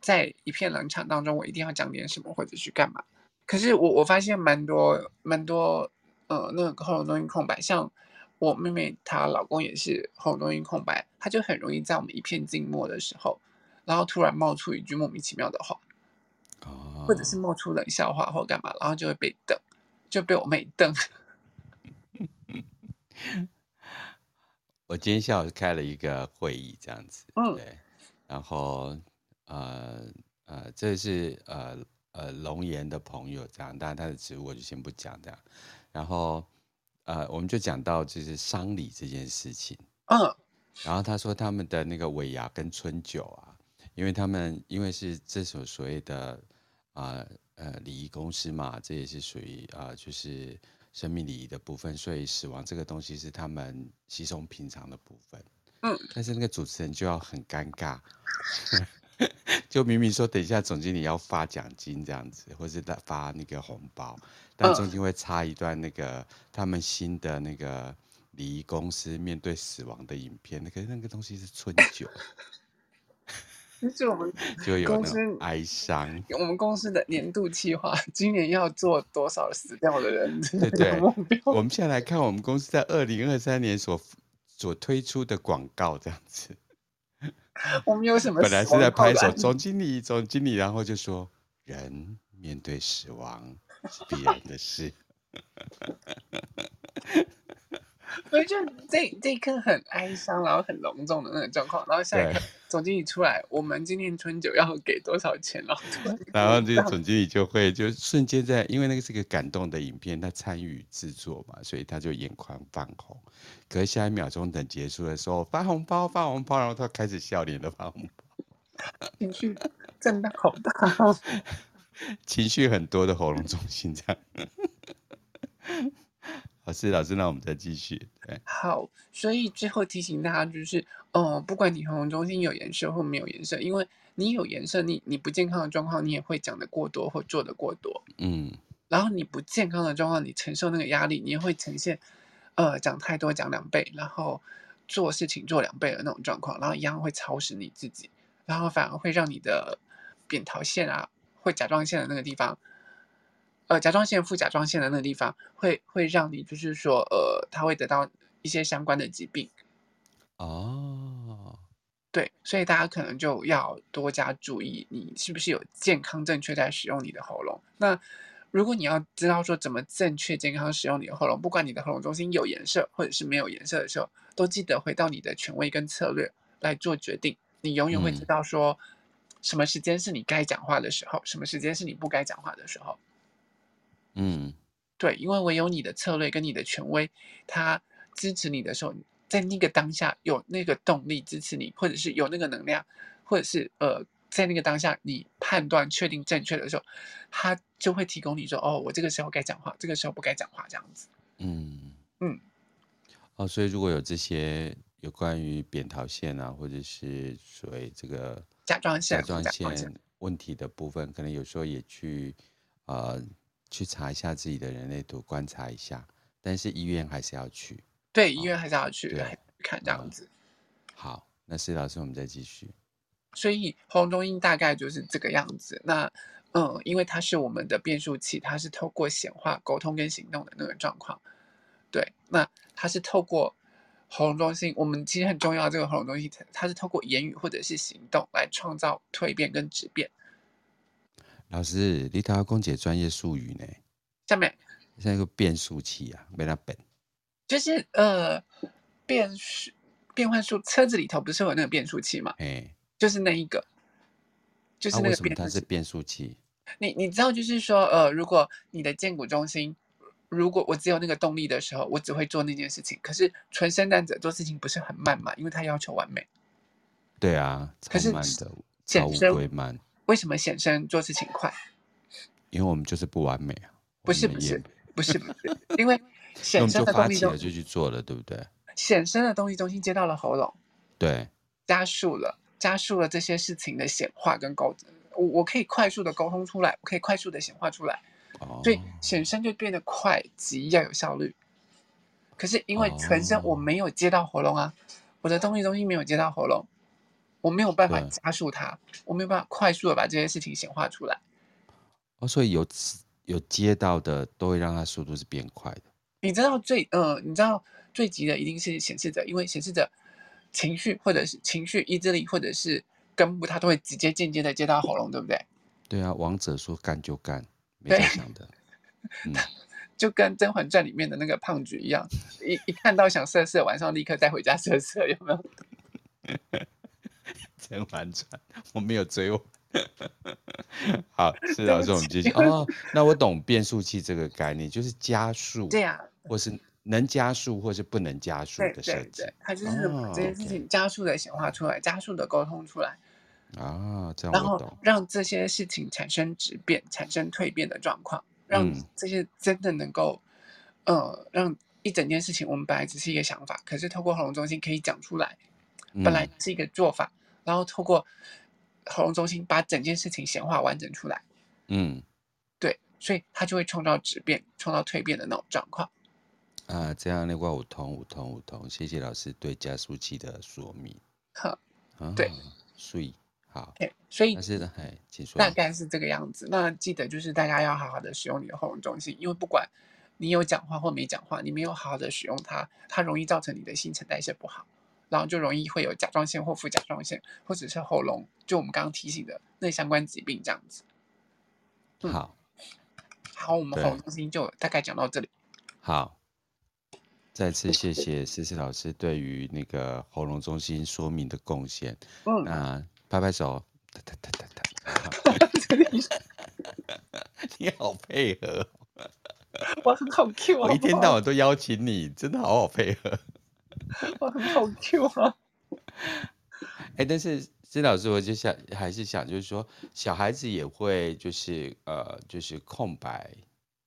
Speaker 2: 在一片冷场当中，我一定要讲点什么或者是干嘛。可是我我发现蛮多蛮多呃那个喉咙中心空白，像我妹妹她老公也是喉咙中心空白，他就很容易在我们一片静默的时候，然后突然冒出一句莫名其妙的话。
Speaker 1: 哦，
Speaker 2: 或者是冒出冷笑话或干嘛，然后就会被瞪，就被我妹瞪。
Speaker 1: 我今天下午开了一个会议，这样子，
Speaker 2: 嗯
Speaker 1: 对，然后呃呃，这是呃呃龙岩的朋友这样，当然他的职务我就先不讲这样，然后呃我们就讲到就是丧礼这件事情，
Speaker 2: 嗯
Speaker 1: 然后他说他们的那个尾牙跟春酒啊，因为他们因为是这所所谓的啊呃礼仪公司嘛，这也是属于啊、呃就是生命礼仪的部分，所以死亡这个东西是他们稀松平常的部分。
Speaker 2: 嗯，
Speaker 1: 但是那个主持人就要很尴尬， 就明明说等一下总经理要发奖金这样子，或是他发那个红包，但
Speaker 2: 嗯
Speaker 1: 中间会插一段那个他们新的那个礼仪公司面对死亡的影片，那个那个东西是春酒，
Speaker 2: 就是我们
Speaker 1: 就有
Speaker 2: 公
Speaker 1: 那
Speaker 2: 司
Speaker 1: 种哀伤。
Speaker 2: 我们公司的年度计划，今年要做多少死掉的人
Speaker 1: 嗯对
Speaker 2: 这个
Speaker 1: 对
Speaker 2: 目标？
Speaker 1: 我们现在来看我们公司在二零二三年所所推出的广告，这样子，
Speaker 2: 我们有什么？
Speaker 1: 本来是在拍 手，总经理，总经理，然后就说人面对死亡是必然的 事。
Speaker 2: 所以就这这一刻很哀伤，然后很隆重的那种状况，然后下一刻总经理出来，我们今年春酒要给多少钱？然后突然
Speaker 1: 然后这个总经理就会就瞬间在，因为那个是个感动的影片，他参与制作嘛，所以他就眼眶泛红。可是下一秒钟等结束的时候，发红包，发红包，然后他开始笑脸的发红包，
Speaker 2: 情绪震荡好大。
Speaker 1: 情绪很多的喉咙中心这样。 老师，老师，那我们再继续。对，
Speaker 2: 好，所以最后提醒大家就是，呃，不管你喉咙中心有颜色或没有颜色，因为你有颜色，你你不健康的状况，你也会讲得过多或做得过多。
Speaker 1: 嗯，
Speaker 2: 然后你不健康的状况，你承受那个压力，你也会呈现，呃，讲太多讲两倍，然后做事情做两倍的那种状况，然后一样会操死你自己，然后反而会让你的扁桃腺啊，或甲状腺的那个地方，呃，甲状腺、副甲状腺的那个地方，会会让你就是说，呃，它会得到一些相关的疾病。
Speaker 1: 哦，
Speaker 2: 对，所以大家可能就要多加注意，你是不是有健康正确在使用你的喉咙？那如果你要知道说怎么正确健康使用你的喉咙，不管你的喉咙中心有颜色或者是没有颜色的时候，都记得回到你的权威跟策略来做决定。你永远会
Speaker 1: 嗯
Speaker 2: 知道说，什么时间是你该讲话的时候，什么时间是你不该讲话的时候。
Speaker 1: 嗯，
Speaker 2: 对，因为唯有你的策略跟你的权威，他支持你的时候，在那个当下有那个动力支持你，或者是有那个能量，或者是呃，在那个当下你判断确定正确的时候，他就会提供你说，哦，我这个时候该讲话，这个时候不该讲话，这样子。
Speaker 1: 嗯，
Speaker 2: 嗯，
Speaker 1: 哦，所以如果有这些有关于扁桃腺啊，或者是所谓这个
Speaker 2: 甲状腺
Speaker 1: 甲状
Speaker 2: 甲状腺
Speaker 1: 腺问题的部分，可能有时候也去呃去查一下自己的人类图，观察一下。但是医院还是要去。
Speaker 2: 对，医院还是要去
Speaker 1: 哦对
Speaker 2: 看这样
Speaker 1: 嗯
Speaker 2: 子。
Speaker 1: 好，那施老师，我们再继续。
Speaker 2: 所以喉咙中音大概就是这个样子。那嗯，因为它是我们的变数器，它是透过显化、沟通跟行动的那个状况。对，那它是透过喉咙中心，我们其实很重要的这个喉咙中心，它是透过言语或者是行动来创造蜕变跟质变。
Speaker 1: 老师，你头公姐专业术语呢？
Speaker 2: 下面
Speaker 1: 像一个变速器啊，没那本。
Speaker 2: 就是呃变数变换数，车子里头不是有那个变速器嘛？
Speaker 1: 哎，
Speaker 2: 就是那一个。就是
Speaker 1: 啊
Speaker 2: 那
Speaker 1: 为
Speaker 2: 个
Speaker 1: 什么
Speaker 2: 变
Speaker 1: 它
Speaker 2: 速
Speaker 1: 是
Speaker 2: 器。
Speaker 1: 变速器？
Speaker 2: 你你知道，就是说，呃，如果你的荐股中心，如果我只有那个动力的时候，我只会做那件事情。可是纯生产者做事情不是很慢嘛，因为他要求完美。
Speaker 1: 对啊，超
Speaker 2: 可是
Speaker 1: 慢的，
Speaker 2: 显
Speaker 1: 超乌
Speaker 2: 身
Speaker 1: 龟慢，
Speaker 2: 为什么显身做事情快？
Speaker 1: 因为我们就是不完美啊。
Speaker 2: 不是
Speaker 1: 我
Speaker 2: 不
Speaker 1: 们也
Speaker 2: 是，不是，不是因为
Speaker 1: 那我
Speaker 2: 显
Speaker 1: 们
Speaker 2: 身
Speaker 1: 就
Speaker 2: 的
Speaker 1: 发
Speaker 2: 动力
Speaker 1: 起
Speaker 2: 中
Speaker 1: 了就去做了，对不对？
Speaker 2: 显身的动力中心接到了喉咙，
Speaker 1: 对，
Speaker 2: 加速了加速了这些事情的显化跟沟，我我可以快速的沟通出来，我可以快速的显化出来。
Speaker 1: 哦，
Speaker 2: 所以显身就变得快、急、要有效率。可是因为全身我
Speaker 1: 哦
Speaker 2: 没有接到喉咙啊，我的动力中心没有接到喉咙，我没有办法
Speaker 1: 对
Speaker 2: 加速它，我没有办法快速的把这些事情显化出来。
Speaker 1: 哦，所以有吃有接到的都会让它速度是变快的。
Speaker 2: 你知道最呃，你知道最急的一定是显示者，因为显示者情绪或者是情绪意志力或者是根部，它都会直接间接的接到喉咙，对不对？
Speaker 1: 对啊，王者说干就干，没
Speaker 2: 对
Speaker 1: 在想的。嗯，
Speaker 2: 就跟《甄嬛传》里面的那个胖菊一样，一一看到想色色，晚上立刻带回家色色，有没有？
Speaker 1: 甄嬛传我没有追我。 好，是
Speaker 2: 对
Speaker 1: 老
Speaker 2: 不
Speaker 1: 师，我们继
Speaker 2: 起
Speaker 1: 续。哦，那我懂变速器这个概念，就是加速，
Speaker 2: 对呀、
Speaker 1: 或是能加速或是不能加速
Speaker 2: 对
Speaker 1: 的设
Speaker 2: 对
Speaker 1: 计
Speaker 2: 对，它就是把
Speaker 1: 哦
Speaker 2: 这件
Speaker 1: ，OK
Speaker 2: 事情加速的显化出来，加速的沟通出来，
Speaker 1: 啊，这
Speaker 2: 然
Speaker 1: 样我
Speaker 2: 后
Speaker 1: 懂。
Speaker 2: 让这些事情产生质变，产生蜕变的状况，让
Speaker 1: 嗯
Speaker 2: 这些真的能够，呃，让一整件事情我们本来只是一个想法，可是透过喉咙中心可以讲出来，本来
Speaker 1: 嗯
Speaker 2: 是一个做法，然后透过喉咙中心把整件事情显化完整出来，
Speaker 1: 嗯
Speaker 2: 对，所以它就会创造质变，创造蜕变的那种状况。
Speaker 1: 啊，这样的话我通我通我通，谢谢老师对加速器的说明。
Speaker 2: 呵，
Speaker 1: 啊，
Speaker 2: 对，
Speaker 1: 所以好，
Speaker 2: 对，所以
Speaker 1: 但是呢，哎，请说。
Speaker 2: 大概是这个样子。那记得就是大家要好好的使用你的喉咙中心，因为不管你有讲话或没讲话，你没有好好的使用它，它容易造成你的新陈代谢不好，然后就容易会有甲状腺或副甲状腺，或者是喉咙，就我们刚刚提醒的那相关疾病这样子。嗯
Speaker 1: 好，
Speaker 2: 好，我们
Speaker 1: 对
Speaker 2: 喉咙中心就大概讲到这里。
Speaker 1: 好，再次谢谢思思老师对于那个喉咙中心说明的贡献。
Speaker 2: 嗯，
Speaker 1: 那啊拍拍手， 哒哒哒哒哒，你好配合，
Speaker 2: 我很好 Q 啊，
Speaker 1: 我一天到
Speaker 2: 晚
Speaker 1: 晚都邀请你，真的好好配合。
Speaker 2: 我很好 Q 啊。
Speaker 1: 哎，但是施老师，我就想还是想，就是说，小孩子也会就是呃，就是空白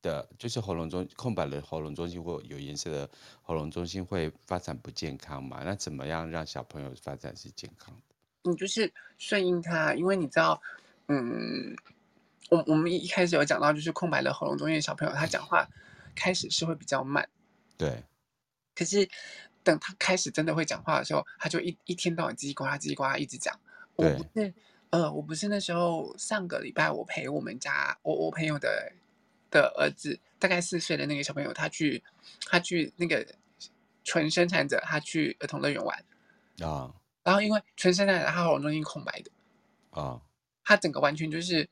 Speaker 1: 的，就是喉咙中空白的喉咙中心或有颜色的喉咙中心会发展不健康嘛？那怎么样让小朋友发展是健康的？
Speaker 2: 你就是顺应它，因为你知道，嗯，我我们一开始有讲到，就是空白的喉咙中间的小朋友，他讲话开始是会比较慢，
Speaker 1: 对，
Speaker 2: 可是等他开始真的会讲话的时候，他就一一天到晚叽里呱啦叽里呱啦一直讲。我
Speaker 1: 对
Speaker 2: 不是，呃，我不是那时候上个礼拜我陪我们家我我朋友的的儿子，大概四岁的那个小朋友，他去他去那个纯生产者，他去儿童乐园玩，
Speaker 1: 啊
Speaker 2: 然后因为纯生产者他喉咙中间空白的。
Speaker 1: 啊
Speaker 2: 他整个完全就是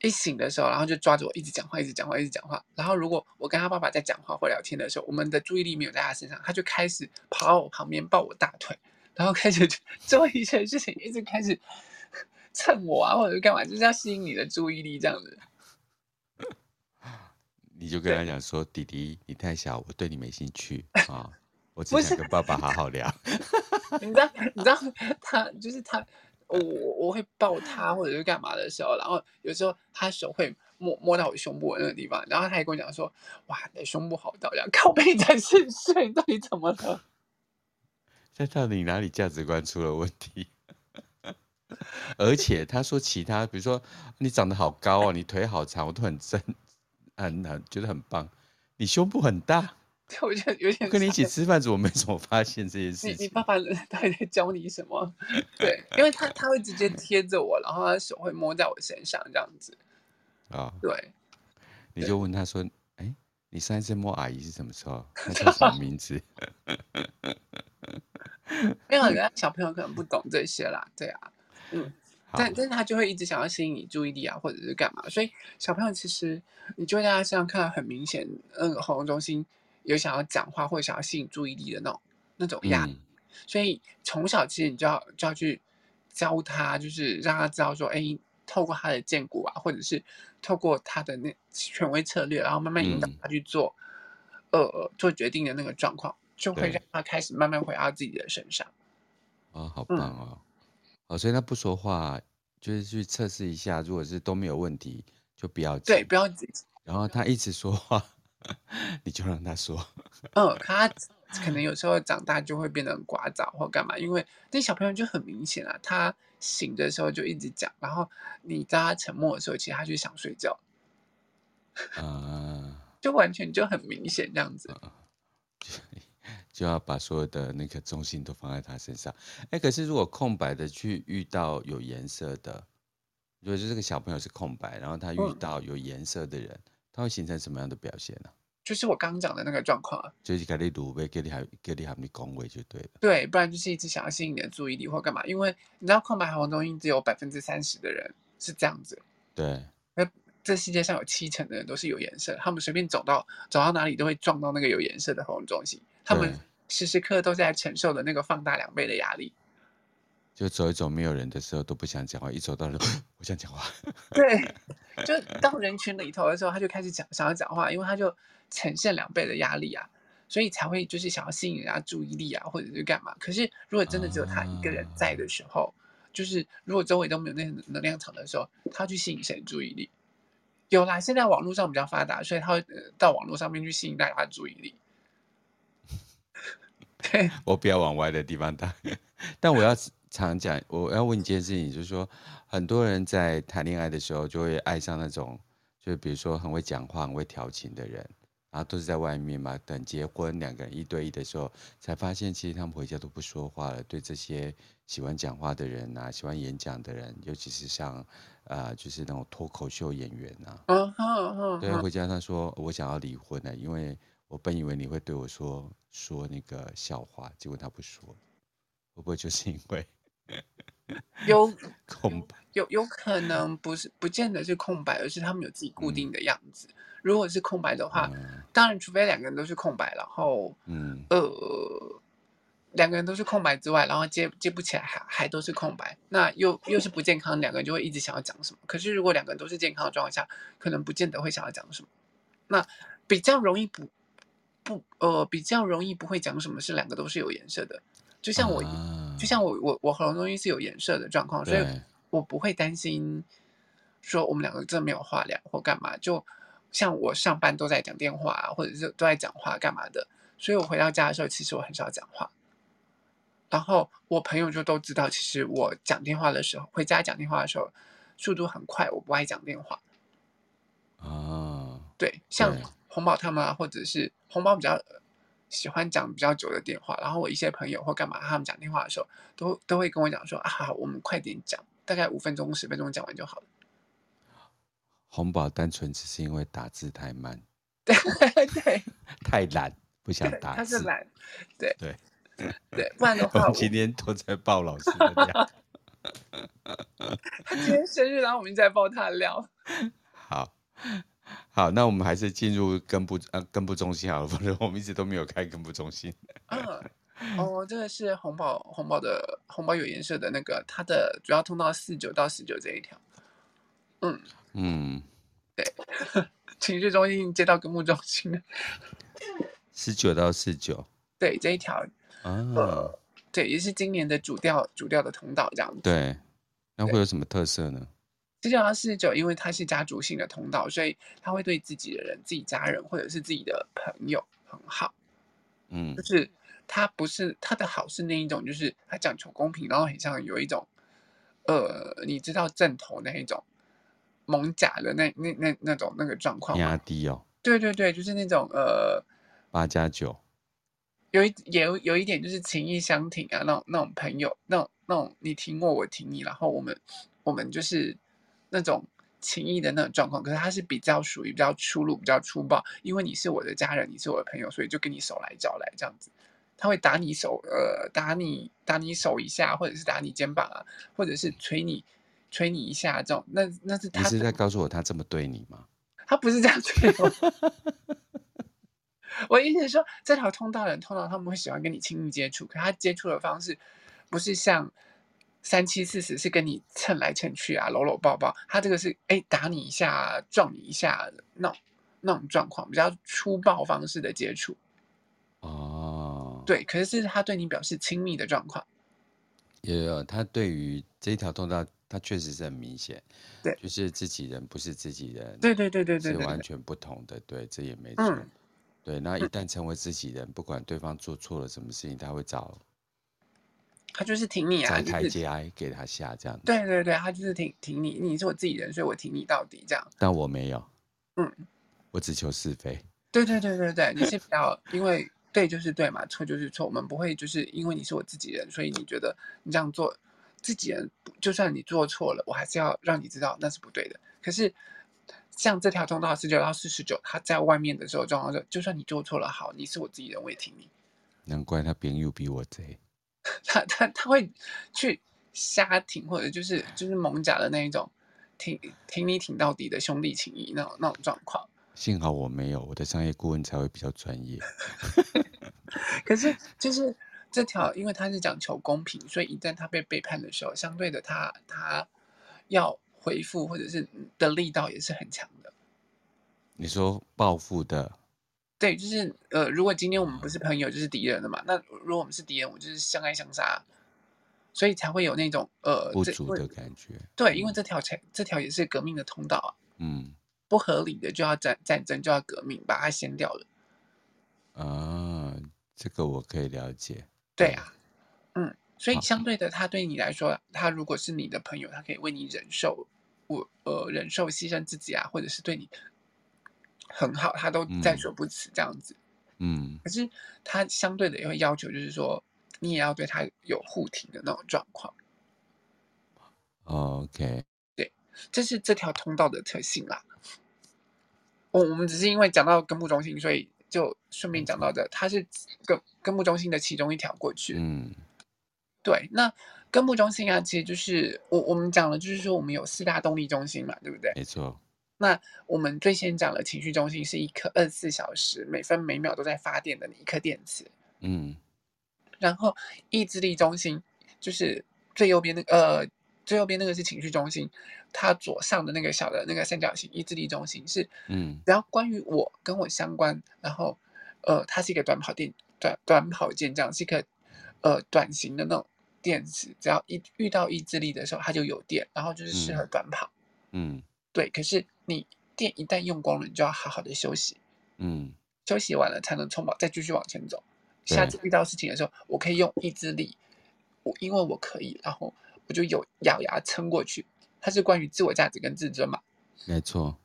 Speaker 2: 一醒的时候，然后就抓着我一直讲话，一直讲话，一直讲话。然后如果我跟他爸爸在讲话或聊天的时候，我们的注意力没有在他身上，他就开始跑到我旁边抱我大腿，然后开始就做一些事情，一直开始 蹭我啊，或者是干嘛，就是要吸引你的注意力这样子。
Speaker 1: 你就跟他
Speaker 2: 对
Speaker 1: 讲说，弟弟，你太小，我对你没兴趣啊，我只
Speaker 2: 不
Speaker 1: 想
Speaker 2: 是
Speaker 1: 跟爸爸好好聊。
Speaker 2: 你知道，你知道他就是他，我我我会抱他或者是干嘛的时候，然后有时候他手会摸摸到我胸部的那个地方，然后他还跟我讲说：“哇，你的胸部好大！”然后靠背才四岁，到底怎么了？
Speaker 1: 这到底哪里价值观出了问题？ 而且他说其他，比如说你长得好高哦，你腿好长，我都很真，很很觉得很棒。你胸部很 大，
Speaker 2: 对，我觉得有
Speaker 1: 我
Speaker 2: 点
Speaker 1: 跟你一
Speaker 2: 像
Speaker 1: 起吃饭怎么没怎么发现这件
Speaker 2: 你
Speaker 1: 事
Speaker 2: 你
Speaker 1: 情？
Speaker 2: 爸爸到底在教你什么？对，因为他他会直接贴着我，然后他手会摸在我身上这样子。
Speaker 1: 啊、
Speaker 2: 对，
Speaker 1: 你就问他说：“哎、你上一次摸阿姨是什么时候？ 她叫什么名 字？”
Speaker 2: 因为很多小朋友可能不懂这些啦，对啊。
Speaker 1: 好，
Speaker 2: 但但是他就会一直想要吸引你注意力啊，或者是干嘛，所以小朋友其实你就会在他身上看到很明显，那个喉咙中心有想要讲话或者想要吸引注意力的那种那种压力，
Speaker 1: 嗯，
Speaker 2: 所以从小其实你就要就要去教他，就是让他知道说，哎，透过他的荐股啊，或者是透过他的那权威策略，然后慢慢引导
Speaker 1: 嗯
Speaker 2: 他去做，呃，做决定的那个状况，就会
Speaker 1: 对
Speaker 2: 让他开始慢慢回到自己的身上。
Speaker 1: 啊，好
Speaker 2: 嗯
Speaker 1: 棒哦！哦，所以他不说话，就是去测试一下，如果是都没有问题，就不要
Speaker 2: 对，
Speaker 1: 急。
Speaker 2: 不要急。
Speaker 1: 然后他一直说话， 你就让他说。
Speaker 2: 嗯，他可能有时候长大就会变得很聒噪或干嘛，因为那小朋友就很明显啊，他醒的时候就一直讲，然后你在他沉默的时候，其实他就想睡觉，
Speaker 1: 啊，
Speaker 2: 就完全就很明显这样子。
Speaker 1: 就要把所有的那个重心都放在他身上。哎，可是如果空白的去遇到有颜色的，如果是这个小朋友是空白，然后他遇
Speaker 2: 嗯
Speaker 1: 到有颜色的人，他会形成什么样的表现呢、
Speaker 2: 就是我刚刚讲的那个状况啊，
Speaker 1: 就是给你鲁呗，给你还给你还没恭维就对了。
Speaker 2: 对，不然就是一直想要吸引你的注意力或干嘛，因为你知道空白红中心只有百分之三十的人是这样子，
Speaker 1: 对，
Speaker 2: 这世界上有七成的人都是有颜色，他们随便走到走到哪里都会撞到那个有颜色的红中心，他们
Speaker 1: 对
Speaker 2: 时时刻刻都在承受的那个放大两倍的压力。
Speaker 1: 就走一走没有人的时候都不想讲话，一走到人 我想讲话。
Speaker 2: 对，就到人群里头的时候，他就开始讲想要讲话，因为他就呈现两倍的压力啊，所以才会就是想要吸引人家注意力啊，或者是干嘛。可是如果真的只有他一个人在的时候，就是如果周围都没有那能量场的时候，他去吸引谁的注意力？有啦，现在网络上比较发达，所以他会呃到网络上面去吸引大家的注意力。 对，
Speaker 1: 我不要往歪的地方打。 但我要常讲，我要问一件事情，就是说，很多人在谈恋爱的时候就会爱上那种，就是比如说很会讲话、很会调情的人，然后都是在外面嘛。等结婚两个人一对一的时候，才发现其实他们回家都不说话了。对这些喜欢讲话的人啊，喜欢演讲的人，尤其是像呃，就是那种脱口秀演员啊，
Speaker 2: 嗯哼哼
Speaker 1: 对，啊
Speaker 2: 哼，
Speaker 1: 回家他说我想要离婚了，因为我本以为你会对我说说那个笑话，结果他不说，会不会就是因 为
Speaker 2: 有
Speaker 1: 空白？
Speaker 2: 有有可
Speaker 1: 嗯
Speaker 2: 能不是不见得是空白，而是他们有自己固定的样子。如果是空白的话，
Speaker 1: 嗯
Speaker 2: 当然除非两个人都是空白，然后
Speaker 1: 嗯
Speaker 2: 呃两个人都是空白之外，然后接接不起来还还都是空白，那又又是不健康，两个人就会一直想要讲什么。可是如果两个人都是健康的状况下，可能不见得会想要讲什么。那比较容易不不呃比较容易不会讲什么是两个都是有颜色的，就像我一
Speaker 1: 啊
Speaker 2: 就像我我我喉咙中医是有颜色的状况，所以
Speaker 1: 对
Speaker 2: 我不会担心说我们两个真的没有话聊或干嘛。就像我上班都在讲电话、啊，或者是都在讲话干嘛的，所以我回到家的时候，其实我很少讲话。然后我朋友就都知道，其实我讲电话的时候，回家讲电话的时候速度很快，我不爱讲电话。
Speaker 1: 啊，
Speaker 2: 对，像
Speaker 1: 对
Speaker 2: 红宝他们啊，或者是红宝比较呃喜欢讲比较久的电话，然后我一些朋友或干嘛，他们讲电话的时候，都都会跟我讲说啊，我们快点讲，大概五分钟、十分钟讲完就好了。
Speaker 1: 红宝单纯只是因为打字太慢、
Speaker 2: 对，
Speaker 1: 太懒，不想打
Speaker 2: 他是
Speaker 1: 字。
Speaker 2: 懒，
Speaker 1: 啊对，
Speaker 2: 对，不然的
Speaker 1: 我
Speaker 2: 话，
Speaker 1: 们
Speaker 2: 我
Speaker 1: 今天都在爆老师的 料。
Speaker 2: 他今天生日，然后我们一直在爆他的料。
Speaker 1: 好。好，那我们还是进入根部呃根部中心好了，不然我们一直都没有开根部中心。
Speaker 2: 嗯，哦，这个是红宝红宝的红宝有颜色的那个，它的主要通道四九到十九这一条。嗯，
Speaker 1: 嗯，
Speaker 2: 情绪中心接到跟木中心了，
Speaker 1: 十九到四九
Speaker 2: 对这一条呃
Speaker 1: 啊，
Speaker 2: 对，也是今年的主调主调的通道这样子。
Speaker 1: 对，那会有什么特色呢？
Speaker 2: 这叫四十九，因为它是家族性的通道，所以他会对自己的人、自己家人或者是自己的朋友很好。
Speaker 1: 嗯
Speaker 2: 就是他不是他的好是那一种，就是他讲求公平，然后很像有一种，呃，你知道正头那一种蒙甲的那那那那种那个状况
Speaker 1: 压
Speaker 2: 吗？
Speaker 1: 低哦，
Speaker 2: 对对对，就是那种呃，
Speaker 1: 八加九，
Speaker 2: 有一也有有一点就是情义相挺啊，那种那种朋友，那种那种你挺我，我挺你，然后我们我们就是那种情义的那种状况。可是他是比较属于比较粗鲁、比较粗暴，因为你是我的家人，你是我的朋友，所以就跟你手来脚来这样子。他会打你手，呃，打你打你手一下，或者是打你肩膀啊，或者是捶你捶你一下这种。那那是
Speaker 1: 嗯你
Speaker 2: 他
Speaker 1: 是
Speaker 2: 的
Speaker 1: 在告诉我他这么对你吗？
Speaker 2: 他不是这样对我。 我意思是说，这条通道的人通常他们会喜欢跟你亲密接触，可他接触的方式不是像三七四十是跟你蹭来蹭去啊，搂搂抱抱，他这个是哎打你一下，撞你一下那种那种状况，比较粗暴方式的接触。
Speaker 1: 哦，，
Speaker 2: 对，可是这是他对你表示亲密的状况。
Speaker 1: 也有他对于这条通道，他确实是很明显，
Speaker 2: 对
Speaker 1: 就是自己人不是自己人，
Speaker 2: 对对对对对
Speaker 1: 是
Speaker 2: 对
Speaker 1: 完
Speaker 2: 对，
Speaker 1: 全不同的，对，这也没错。
Speaker 2: 嗯，
Speaker 1: 对，那一旦成为自己人，不管对方做错了什么事情，他会找
Speaker 2: 他就是挺你啊，
Speaker 1: 找
Speaker 2: 就
Speaker 1: 台
Speaker 2: 是
Speaker 1: 阶来给他下这样子。
Speaker 2: 对对对，他就是挺挺你，你是我自己人，所以我挺你到底这样。
Speaker 1: 但我没有，
Speaker 2: 嗯，
Speaker 1: 我只求是非。
Speaker 2: 对对对对对，你是比较因为对就是对嘛，错就是错，我们不会就是因为你是我自己人，所以你觉得你这样做自己人，就算你做错了，我还是要让你知道那是不对的。可是像这条通道十九到四十九，他在外面的时候状况是，就算你做错了，好，你是我自己人，我也挺你。
Speaker 1: 难怪他朋友比我贼。
Speaker 2: 他他他会去瞎挺，或者就是就是蒙甲的那一种，挺挺你挺到底的兄弟情谊那种那种状况。
Speaker 1: 幸好我没有，我的商业顾问才会比较专业。
Speaker 2: 可是就是这条，因为它是讲求公平，所以一旦他被背叛的时候，相对的他他要回复或者是的力道也是很强的。
Speaker 1: 你说报复的，
Speaker 2: 对，就是呃，如果今天我们不是朋友，就是敌人了嘛。那如果我们是敌人，我就是相爱相杀，所以才会有那种呃
Speaker 1: 不
Speaker 2: 这
Speaker 1: 足
Speaker 2: 会
Speaker 1: 的感嗯觉。
Speaker 2: 对，因为这条才这条也是革命的通道啊，
Speaker 1: 嗯
Speaker 2: 不合理的就要战战争就要革命，把它掀掉了。
Speaker 1: 啊，这个我可以了解。
Speaker 2: 对啊，嗯，所以
Speaker 1: 好
Speaker 2: 相对的，他对你来说，他如果是你的朋友，他可以为你忍受我呃忍受牺牲自己啊，或者是对你很好，他都在
Speaker 1: 嗯
Speaker 2: 所不辞这样子。
Speaker 1: 嗯，
Speaker 2: 可是他相对的也会要求，就是说你也要对他有互挺的那种状况，
Speaker 1: OK，
Speaker 2: 这是这条通道的特性啦。我我们只是因为讲到根部中心，所以就顺便讲到的，它是根根部中心的其中一条过去。
Speaker 1: 嗯
Speaker 2: 对，那根部中心啊，其实就是我我们讲了，就是说我们有四大动力中心嘛，对不对？
Speaker 1: 没错，
Speaker 2: 那我们最先讲了情绪中心是一颗二十四小时每分每秒都在发电的一颗电池，
Speaker 1: 嗯
Speaker 2: 然后意志力中心就是最右边那个呃最右边那个是情绪中心，它左上的那个小的那个三角形意志力中心是
Speaker 1: 嗯
Speaker 2: 只要关于我跟我相关，然后呃，它是一个短跑电短短跑健将，是一个呃短型的那种电池，只要一遇到意志力的时候，它就有电，然后就是适合
Speaker 1: 嗯
Speaker 2: 短跑。
Speaker 1: 嗯
Speaker 2: 对，可是你电一旦用光了，你就要好好的休息，
Speaker 1: 嗯
Speaker 2: 休息完了才能充饱，再继续往前走。下
Speaker 1: 对
Speaker 2: 次遇到事情的时候，我可以用意志力，我因为我可以，然后我就有咬牙撑过去。它是关于自我价值跟自尊嘛，
Speaker 1: 没错，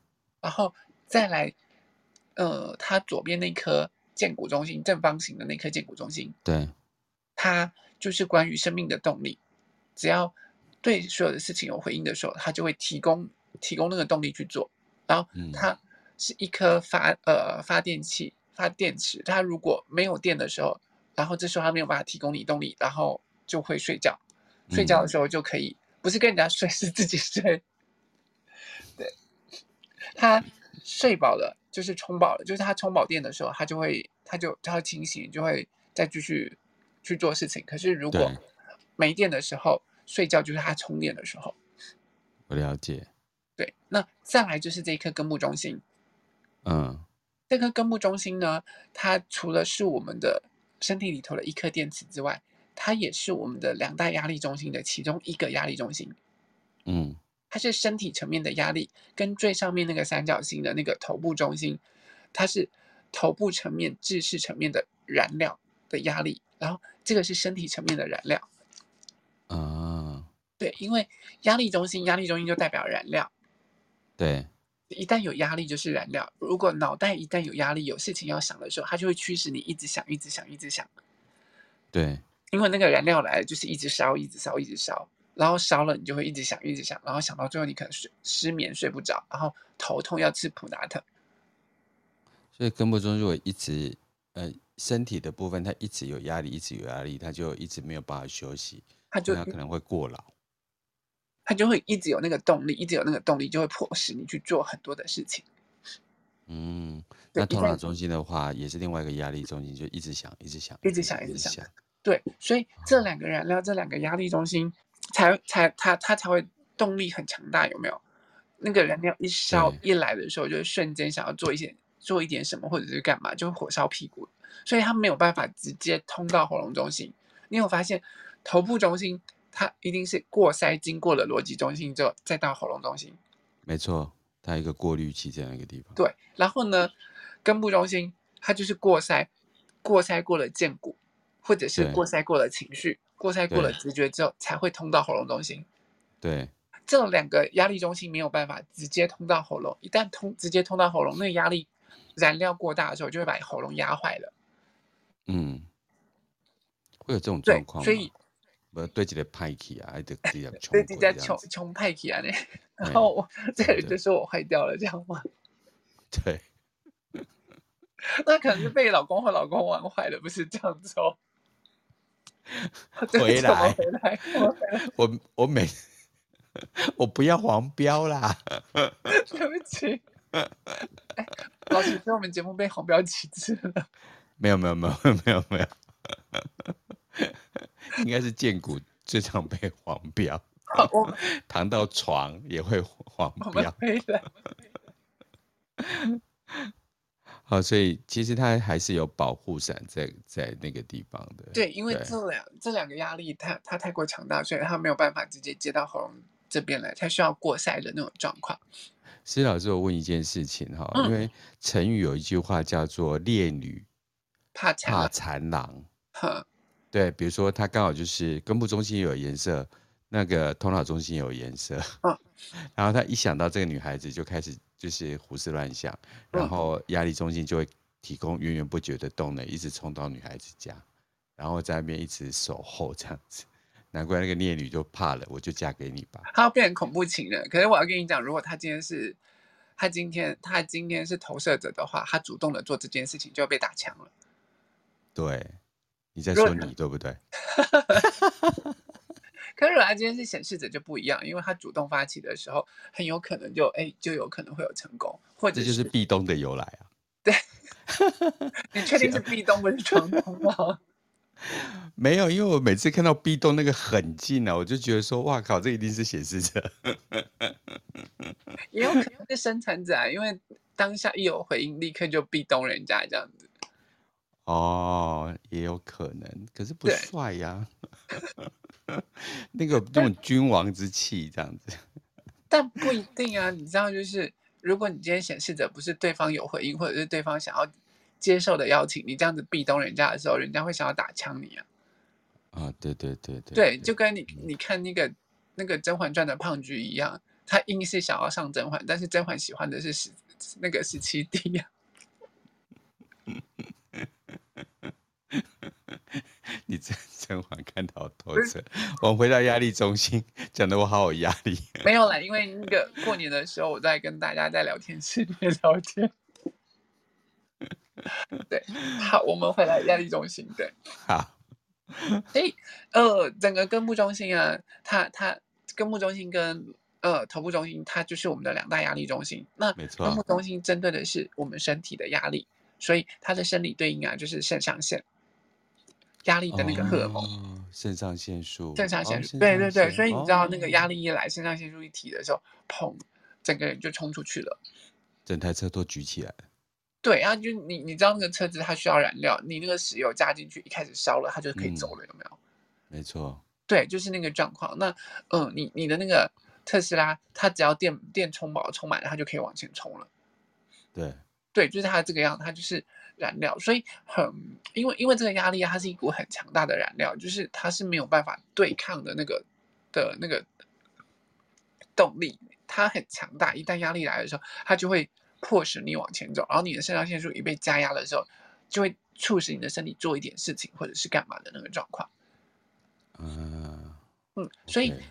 Speaker 2: 然后再来，呃，它左边那颗建骨中心正方形的那颗建骨中心，
Speaker 1: 对，
Speaker 2: 它就是关于生命的动力。只要对所有的事情有回应的时候，它就会提供提供那个动力去做。然后
Speaker 1: 嗯
Speaker 2: 它是一颗发呃发电器发电池，它如果没有电的时候，然后这时候它没有办法提供你动力，然后就会睡觉。睡觉的时候就可以，不是跟人家睡， 是自己睡。他睡饱了，就是充饱了，就是他充饱电的时候，他就会，他就他会清醒，就会再继续去做事情。可是如果
Speaker 1: 对
Speaker 2: 没电的时候，睡觉就是他充电的时候。
Speaker 1: 我了解。
Speaker 2: 对，那再来就是这一颗根部中心，
Speaker 1: 嗯
Speaker 2: 这颗根部中心呢，它除了是我们的身体里头的一颗电池之外，它也是我们的两大压力中心的其中一个压力中心。
Speaker 1: 嗯
Speaker 2: 它是身体层面的压力，跟最上面那个三角形的那个头部中心，它是头部层面、智识层面的燃料的压力，然后这个是身体层面的燃料。
Speaker 1: 啊，
Speaker 2: 对，因为压力中心，压力中心就代表燃料，
Speaker 1: 对，
Speaker 2: 一旦有压力就是燃料。如果脑袋一旦有压力，有事情要想的时候，它就会驱使你一直想、一直想、一直想，
Speaker 1: 对，
Speaker 2: 因为那个燃料来了就是一直烧、一直烧、一直烧。然后烧了，你就会一直想，一直想，然后想到最后你可能睡失眠、睡不着，然后头痛要吃普拿疼，
Speaker 1: 所以根部中如果一直呃身体的部分，它一直有压力，一直有压力，它就一直没有办法休息，
Speaker 2: 它
Speaker 1: 那
Speaker 2: 就
Speaker 1: 它可能会过劳。
Speaker 2: 它就会一直有那个动力，一直有那个动力，就会迫使你去做很多的事情。
Speaker 1: 嗯，那
Speaker 2: 对，一
Speaker 1: 头脑
Speaker 2: 旦
Speaker 1: 中心的话，也是另外一个压力中心，就一直想，一直想，
Speaker 2: 一直
Speaker 1: 直
Speaker 2: 想，一
Speaker 1: 一
Speaker 2: 直
Speaker 1: 直
Speaker 2: 想，
Speaker 1: 想。
Speaker 2: 对，所以这两个燃料，这两个压力中心，才才他他才会动力很强大，有没有？那个能量一烧一来的时候，就瞬间想要做一些做一点什么，或者是干嘛，就火烧屁股，所以他没有办法直接通到喉咙中心。你有发现头部中心，它一定是过筛经过了逻辑中心之后，再到喉咙中心。
Speaker 1: 没错，它有一个过滤器这样一个地方。
Speaker 2: 对，然后呢，根部中心它就是过筛，过筛过了剑骨，或者是
Speaker 1: 对
Speaker 2: 过筛过了情绪，过筛过了
Speaker 1: 对
Speaker 2: 直觉之后，才会通到喉咙中心。
Speaker 1: 对
Speaker 2: 这两个压力中心没有办法直接通到喉咙，一旦通直接通到喉咙，那个压力燃料过大的时候，就会把你喉咙压坏了。
Speaker 1: 嗯，会有这种
Speaker 2: 对
Speaker 1: 状况吗？
Speaker 2: 所以
Speaker 1: 不对这个派气啊，还得自己穷
Speaker 2: 所以人
Speaker 1: 鬼
Speaker 2: 家
Speaker 1: 这样
Speaker 2: 穷
Speaker 1: 子
Speaker 2: 穷派起来呢，然
Speaker 1: 哎
Speaker 2: 后我这个
Speaker 1: 真
Speaker 2: 人
Speaker 1: 的
Speaker 2: 就说我坏掉了，这样吗？
Speaker 1: 对，
Speaker 2: 那可能是被老公或老公玩坏了，不是这样子 哦。
Speaker 1: 回来
Speaker 2: 对怎么回来， 我
Speaker 1: 我我每我不要黄标啦，
Speaker 2: 对不起。哎 老师，说我们节目被红标几次 了？
Speaker 1: 没有没有没有没有没有，应该是剑骨最常被黄标，
Speaker 2: 我们
Speaker 1: 躺到床也会黄
Speaker 2: 我们
Speaker 1: 标。
Speaker 2: 回来，
Speaker 1: 好，所以其实它还是有保护伞在在那个地方的。
Speaker 2: 对，因为
Speaker 1: 对
Speaker 2: 这两这两个压力它，它太过强大，所以它没有办法直接接到喉咙这边来，它需要过筛的那种状况。
Speaker 1: 施老师，我问一件事情哈，
Speaker 2: 嗯
Speaker 1: 因为成语有一句话叫做“烈女
Speaker 2: 怕惨
Speaker 1: 怕
Speaker 2: 了，
Speaker 1: 缠郎”，
Speaker 2: 哼，
Speaker 1: 对，比如说它刚好就是根部中心也有颜色，那个头脑中心也有颜色，
Speaker 2: 嗯
Speaker 1: 然后他一想到这个女孩子就开始就是胡思乱想，然
Speaker 2: 嗯
Speaker 1: 后压力中心就会提供源源不绝的动能，一直冲到女孩子家，然后在那边一直守候这样子。 难怪那个烈女就怕了，我就嫁给你吧。
Speaker 2: 他要变成恐怖情人。可是我要跟你讲，如果他今天是他今天他今天是投射者的话，他主动的做这件事情就要被打枪了。
Speaker 1: 对，你在
Speaker 2: 如
Speaker 1: 说
Speaker 2: 果
Speaker 1: 你对不对？
Speaker 2: 可是如果他今天是显示者就不一样，因为他主动发起的时候，很有可能就哎就有可能会有成功，或者
Speaker 1: 这就是壁咚的由来啊。
Speaker 2: 你确定是壁咚不是成功吗？
Speaker 1: 没有，因为我每次看到壁咚那个很近啊，我就觉得说，哇靠，这一定是显示者。
Speaker 2: 也有可能是生产者啊，因为当下一有回应，立刻就壁咚人家这样子。
Speaker 1: 哦，也有可能，可是不
Speaker 2: 对
Speaker 1: 帅呀、 那个那种君王之气这样 子，
Speaker 2: 但不一定啊，你知道，就是如果你今天显示者不是对方有回应，或者是对方想要接受的邀请，你这样子壁咚人家的时候，人家会想要打枪你啊。
Speaker 1: 啊，对对对对
Speaker 2: 对，就跟你你看那个那个《甄嬛传》的胖菊一样，他硬是想要上甄嬛，但是甄嬛喜欢的是十那个十七弟呀、
Speaker 1: 你真甄嬛看到头疼。我们回到压力中心，讲的我好有压力。
Speaker 2: 没有啦，因为那个过年的时候，我在跟大家在聊天室里面聊天。对，好，我们回来压力中心。对，
Speaker 1: 好，
Speaker 2: 所以呃，整个根部中心啊，它它根部中心跟呃头部中心，它就是我们的两大压力中心。那
Speaker 1: 没错
Speaker 2: 根部中心针对的是我们身体的压力，所以它的生理对应啊就是肾上腺压力的那个荷尔蒙。
Speaker 1: 哦，肾上腺素，
Speaker 2: 肾上
Speaker 1: 哦
Speaker 2: 腺素，对对对，所以你知道那个压，
Speaker 1: 哦
Speaker 2: 力一来，肾上腺素一提的时候，砰，整个人就冲出去了。
Speaker 1: 整台车都举起来了。
Speaker 2: 对，然后就你你知道那个车子它需要燃料，你那个石油加进去，一开始烧了，它就可以
Speaker 1: 嗯
Speaker 2: 走了，有没有？
Speaker 1: 没错，
Speaker 2: 对，就是那个状况。那嗯、呃你你的那个特斯拉，它只要电电充饱充满了，它就可以往前冲了。
Speaker 1: 对，
Speaker 2: 对，就是它这个样，它就是燃料，所以很因为因为这个压力啊，它是一股很强大的燃料，就是它是没有办法对抗的那个的那个动力，它很强大。一旦压力来的时候，它就会迫使你往前走，然后你的肾上腺素一被加压的时候，就会促使你的身体做一点事情或者是干嘛的那个状况。
Speaker 1: 啊，
Speaker 2: 嗯，所以
Speaker 1: OK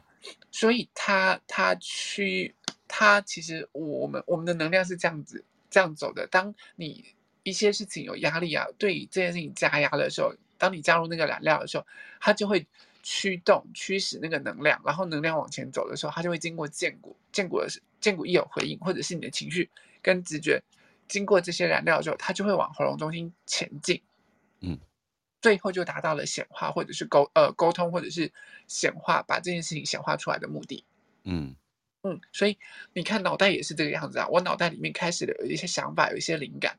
Speaker 2: 所以它它去它其实我们我们的能量是这样子这样走的。当你一些事情有压力啊，对这件事情加压的时候，当你加入那个燃料的时候，它就会驱动驱使那个能量，然后能量往前走的时候，它就会经过建骨建骨的是建骨一有回应，或者是你的情绪跟直觉经过这些燃料之后，它就会往喉咙中心前进。
Speaker 1: 嗯，
Speaker 2: 最后就达到了显化或者是沟呃沟通或者是显化，把这件事情显化出来的目的。
Speaker 1: 嗯
Speaker 2: 嗯，所以你看，脑袋也是这个样子啊。我脑袋里面开始的有一些想法，有一些灵感，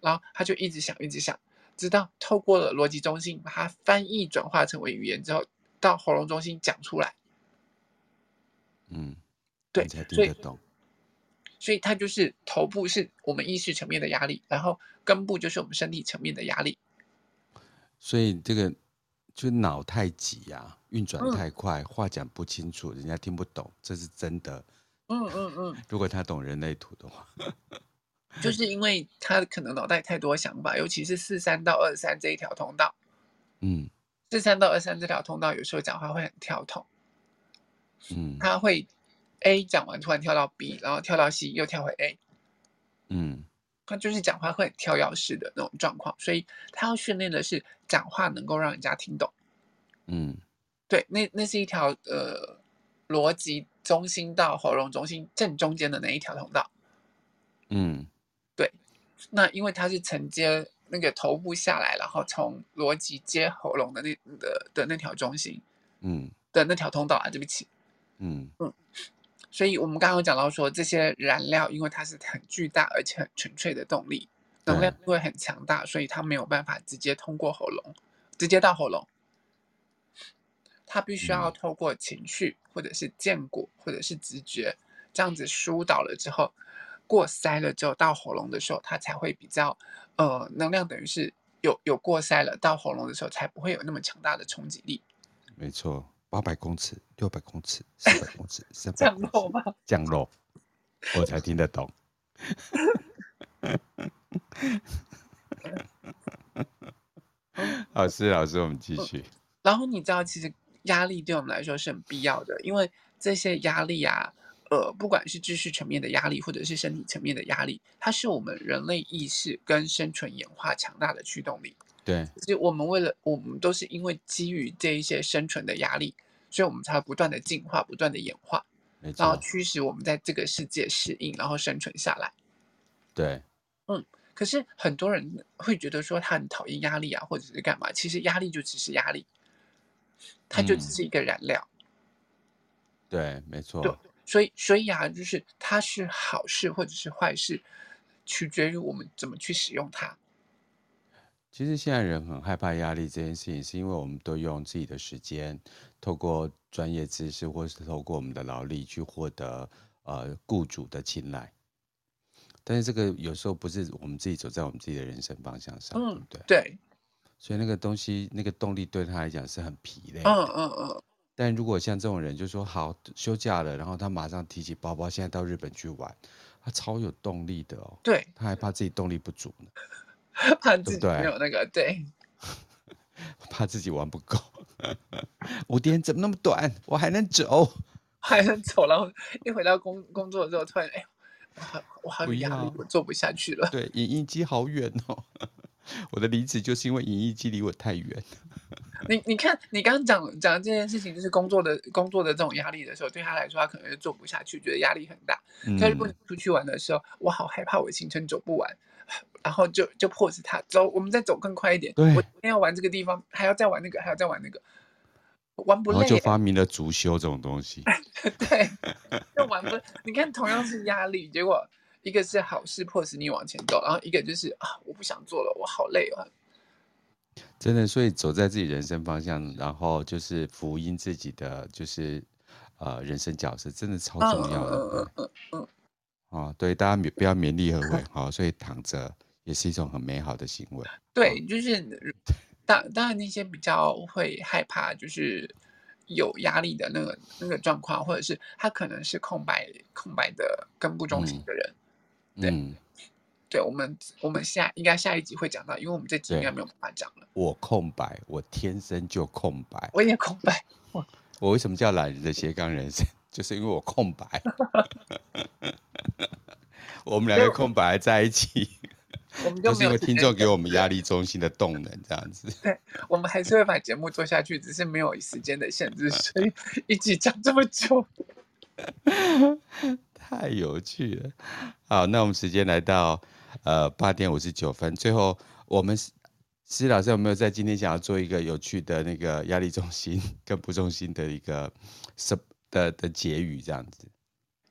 Speaker 2: 然后他就一直想，一直想，直到透过了逻辑中心把它翻译转化成为语言之后，到喉咙中心讲出来。
Speaker 1: 嗯，
Speaker 2: 对
Speaker 1: 你才听
Speaker 2: 所以
Speaker 1: 得懂。
Speaker 2: 所以它就是头部是我们意识层面的压力，然后根部就是我们身体层面的压力。
Speaker 1: 所以这个就脑太急呀、运转
Speaker 2: 嗯
Speaker 1: 太快，话讲不清楚，人家听不懂，这是真的。
Speaker 2: 嗯嗯嗯。
Speaker 1: 如果他懂人类图的话，
Speaker 2: 就是因为他可能脑袋太多想法，尤其是四三到二三这一条通道，
Speaker 1: 嗯
Speaker 2: 四三到二三这条通道有时候讲话会很跳痛，
Speaker 1: 嗯
Speaker 2: 他会 A 讲完突然跳到 B，然后跳到 C 又跳回 A，
Speaker 1: 嗯
Speaker 2: 他就是讲话会很跳跃式的那种状况，所以他要训练的是讲话能够让人家听懂。
Speaker 1: 嗯
Speaker 2: 对，那那是一条呃逻辑中心到喉咙中心正中间的那一条通道。
Speaker 1: 嗯
Speaker 2: 那因为它是承接那个头部下来，然后从逻辑接喉咙的那的的那条中心
Speaker 1: 嗯
Speaker 2: 的那条通道啊，对不起。
Speaker 1: 嗯
Speaker 2: 所以我们刚刚有讲到说，这些燃料因为它是很巨大而且很纯粹的动力，能量因为很强大，所以它没有办法直接通过喉咙，直接到喉咙。它必须要
Speaker 1: 嗯
Speaker 2: 透过情绪，或者是见果，或者是直觉，这样子疏导了之后，过筛了之后到喉咙的时候，它才会比较，呃，能量等于是有有过筛了，到喉咙的时候才不会有那么强大的冲击力。
Speaker 1: 没错，八百公尺、六百公尺、四百公尺、三
Speaker 2: 这
Speaker 1: 百
Speaker 2: 样
Speaker 1: 公
Speaker 2: 够
Speaker 1: 尺
Speaker 2: 吗？
Speaker 1: 降落，我才听得 懂。老师，老师，我们继续。
Speaker 2: 然后你知道，其实压力对我们来说是很必要的，因为这些压力啊，呃，不管是知识层面的压力，或者是身体层面的压力，它是我们人类意识跟生存演化强大的驱动力。
Speaker 1: 对，
Speaker 2: 其实我们为了，我们都是因为基于这一些生存的压力，所以我们才会不断的进化，不断的演化，
Speaker 1: 没
Speaker 2: 然后
Speaker 1: 错，
Speaker 2: 驱使我们在这个世界适应，然后生存下来。
Speaker 1: 对，
Speaker 2: 可是很多人会觉得说他很讨厌压力啊，或者是干嘛？其实压力就只是压力，它就只
Speaker 1: 嗯
Speaker 2: 是一个燃料。
Speaker 1: 对，没
Speaker 2: 对
Speaker 1: 错，，
Speaker 2: 所以所以啊，就是它是好事或者是坏事，取决于我们怎么去使用它。
Speaker 1: 其实现在人很害怕压力这件事情，是因为我们都用自己的时间，透过专业知识或是透过我们的劳力去获得呃雇主的青睐。但是这个有时候不是我们自己走在我们自己的人生方向上，对
Speaker 2: 嗯
Speaker 1: 不对，？
Speaker 2: 对，
Speaker 1: 所以那个东西，那个动力对他来讲是很疲累
Speaker 2: 嗯
Speaker 1: 的。
Speaker 2: 嗯嗯，
Speaker 1: 但如果像这种人就说好休假了，然后他马上提起包包，现在到日本去玩，他超有动力的哦，
Speaker 2: 对，
Speaker 1: 他还怕自己动力不足呢，
Speaker 2: 怕
Speaker 1: 对
Speaker 2: 自
Speaker 1: 不
Speaker 2: 己没
Speaker 1: 对？
Speaker 2: 有那个对，
Speaker 1: 怕自己玩不够。 我天怎么那么短？我还能走？
Speaker 2: 还能走，然后一回到工工作之后，突然哎呦，我好我好
Speaker 1: 不
Speaker 2: 有压力
Speaker 1: 要，，
Speaker 2: 我做不下去了。
Speaker 1: 对，影印机好远哦。 我的离职就是因为影印机离我太远。
Speaker 2: 你你看，你刚刚讲讲这件事情，就是工作的工作的这种压力的时候，对他来说，他可能就做不下去，觉得压力很大。可是如果你
Speaker 1: 嗯，
Speaker 2: 出去玩的时候，我好害怕我的行程走不完， 然后就就迫使他走，我们再走更快一点。我
Speaker 1: 对，
Speaker 2: 今天要玩这个地方，还要再玩那个，还要再玩那个，玩不
Speaker 1: 然后就
Speaker 2: 累、
Speaker 1: 发明了足休这种东西。
Speaker 2: 对，就玩不。 你看，同样是压力，结果一个是好事迫使你往前走，然后一个就是啊，我不想做了，我好累啊。
Speaker 1: 真的，所以走在自己人生方向，然后就是福音自己的，就是呃人生角色，真的超
Speaker 2: 嗯
Speaker 1: 重
Speaker 2: 嗯
Speaker 1: 要，对不对
Speaker 2: 嗯？嗯嗯
Speaker 1: 哦，对，大家不要勉力而为，好、所以躺着也是一种很美好的行为。哦
Speaker 2: 对，就是当当然那些比较会害怕，就是有压力的那个那个状况，或者是他可能是空白空白的根部中心
Speaker 1: 嗯
Speaker 2: 的人。 对
Speaker 1: 嗯，
Speaker 2: 对，我们我们下应该下一集会讲到，因为我们这集应
Speaker 1: 对
Speaker 2: 该没有办法讲了。
Speaker 1: 我空白，我天生就空白。
Speaker 2: 我也空白，
Speaker 1: 我为什么叫懒人的斜杠人生？ 就是因为我空白， 我们两
Speaker 2: 就
Speaker 1: 个空白在一 起，
Speaker 2: 我们
Speaker 1: 都
Speaker 2: 就是没
Speaker 1: 因
Speaker 2: 有
Speaker 1: 为
Speaker 2: 时
Speaker 1: 听
Speaker 2: 间
Speaker 1: 众给
Speaker 2: 讲。
Speaker 1: 我们压力中心的动能，这样子。
Speaker 2: 我们还是会把节目做下去，只是没有时间的限 制，所以一集讲这么久。
Speaker 1: 太有趣了。好，那我们时间来到呃八点五十九分，最后我们是施老师有没有在今天想要做一个有趣的那个压力中心跟不中心的一个 s 的的结语这样子？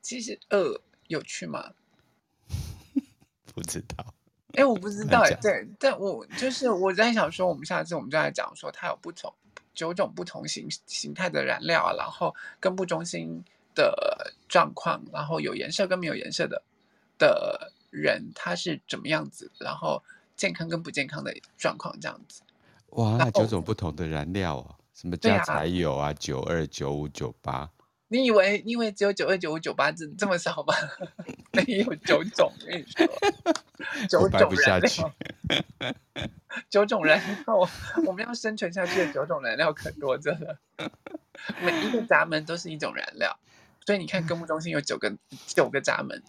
Speaker 2: 其实呃，有趣吗？
Speaker 1: 不知道，
Speaker 2: 哎，我不知道
Speaker 1: 难
Speaker 2: 哎，
Speaker 1: 讲
Speaker 2: 对，但我就是我在想说，我们下次我们就来讲说它有不同九种不同形形态的燃料啊，然后根部中心的状况，然后有颜色跟没有颜色的的人他是怎么样子，然后健康跟不健康的状况这样子。
Speaker 1: 哇，那
Speaker 2: 然后
Speaker 1: 九种不同的燃料哦，什么
Speaker 2: 对
Speaker 1: 加
Speaker 2: 啊
Speaker 1: 柴油啊，九二、九五、九八，
Speaker 2: 你以为你以为只有九二九五九八这这么少吗？ 没有九种，我跟你说，九
Speaker 1: 我掰
Speaker 2: 种
Speaker 1: 不下
Speaker 2: 燃
Speaker 1: 去
Speaker 2: 料，九种燃料，我们要生存下去的九种燃料可多着了。每一个闸门都是一种燃料，所以你看根部中心有九个九个闸门，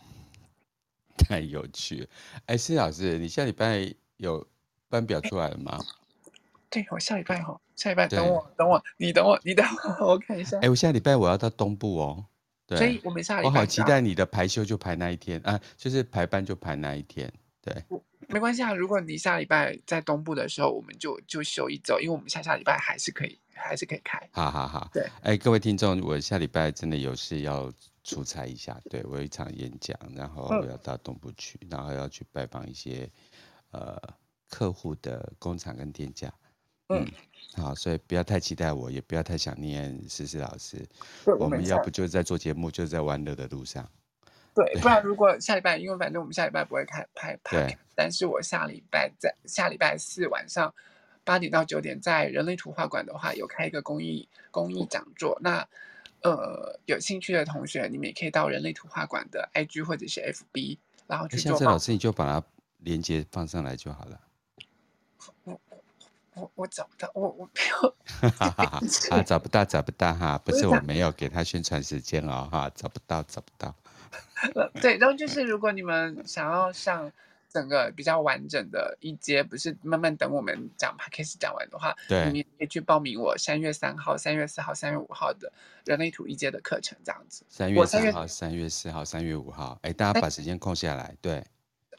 Speaker 1: 太有趣了。哎，施老师，你下礼拜有班表出来了吗？
Speaker 2: 对，我下礼拜哈，下礼拜
Speaker 1: 对
Speaker 2: 等我等我，你等我你等我， 我看一下
Speaker 1: 哎，。我下礼拜我要到东部哦，对，
Speaker 2: 所以我们下礼
Speaker 1: 我
Speaker 2: 拜
Speaker 1: 好期
Speaker 2: 讲
Speaker 1: 待你的排休就排那一天啊，就是排班就排那一天。对，
Speaker 2: 没关系啊，如果你下礼拜在东部的时候，我们就就休一周，因为我们下下礼拜还是可以还是可以开。
Speaker 1: 好好好。
Speaker 2: 对，
Speaker 1: 哎，各位听众，我下礼拜真的有事要出差一下，对我有一场演讲，然后
Speaker 2: 嗯
Speaker 1: 我要到东部去，然后要去拜访一些呃客户的工厂跟店家。
Speaker 2: 嗯，
Speaker 1: 好，所以不要太期待我，也不要太想念思思老师。
Speaker 2: 对，
Speaker 1: 我们
Speaker 2: 下
Speaker 1: 要不就在做节目，就在玩乐的路上。
Speaker 2: 对，不然如果下礼拜，因为反正我们下礼拜不会开拍
Speaker 1: 对
Speaker 2: 拍，但是我下礼拜在下礼拜四晚上八点到九点在人类图画馆的话，有开一个公益公益讲座，那呃有兴趣的同学，你们也可以到人类图画馆的 IG 或者是 FB，然后
Speaker 1: 哎
Speaker 2: 去
Speaker 1: 下
Speaker 2: 做
Speaker 1: 次老
Speaker 2: 报。
Speaker 1: 师你就把它连接放上来就好 了。
Speaker 2: 我我找不到，我我没
Speaker 1: 哈
Speaker 2: 有
Speaker 1: 哈哈，啊，找不到，找不到哈，不
Speaker 2: 不是
Speaker 1: 是我
Speaker 2: 找
Speaker 1: 没有给他宣传时间哦哈，找不到，找不到。
Speaker 2: 了。对，然后就是如果你们想要上整个比较完整的一阶，不是慢慢等我们讲 p a c k a g e 讲完的话，你们
Speaker 1: 对，
Speaker 2: 也可以去报名我三月三号、三月四号、三月五号的人类图一阶的课程，这样子。
Speaker 1: 三
Speaker 2: 我
Speaker 1: 月
Speaker 2: 三
Speaker 1: 三
Speaker 2: 月
Speaker 1: 号、三月四号、三月五号，哎，大家把时间空下来。对，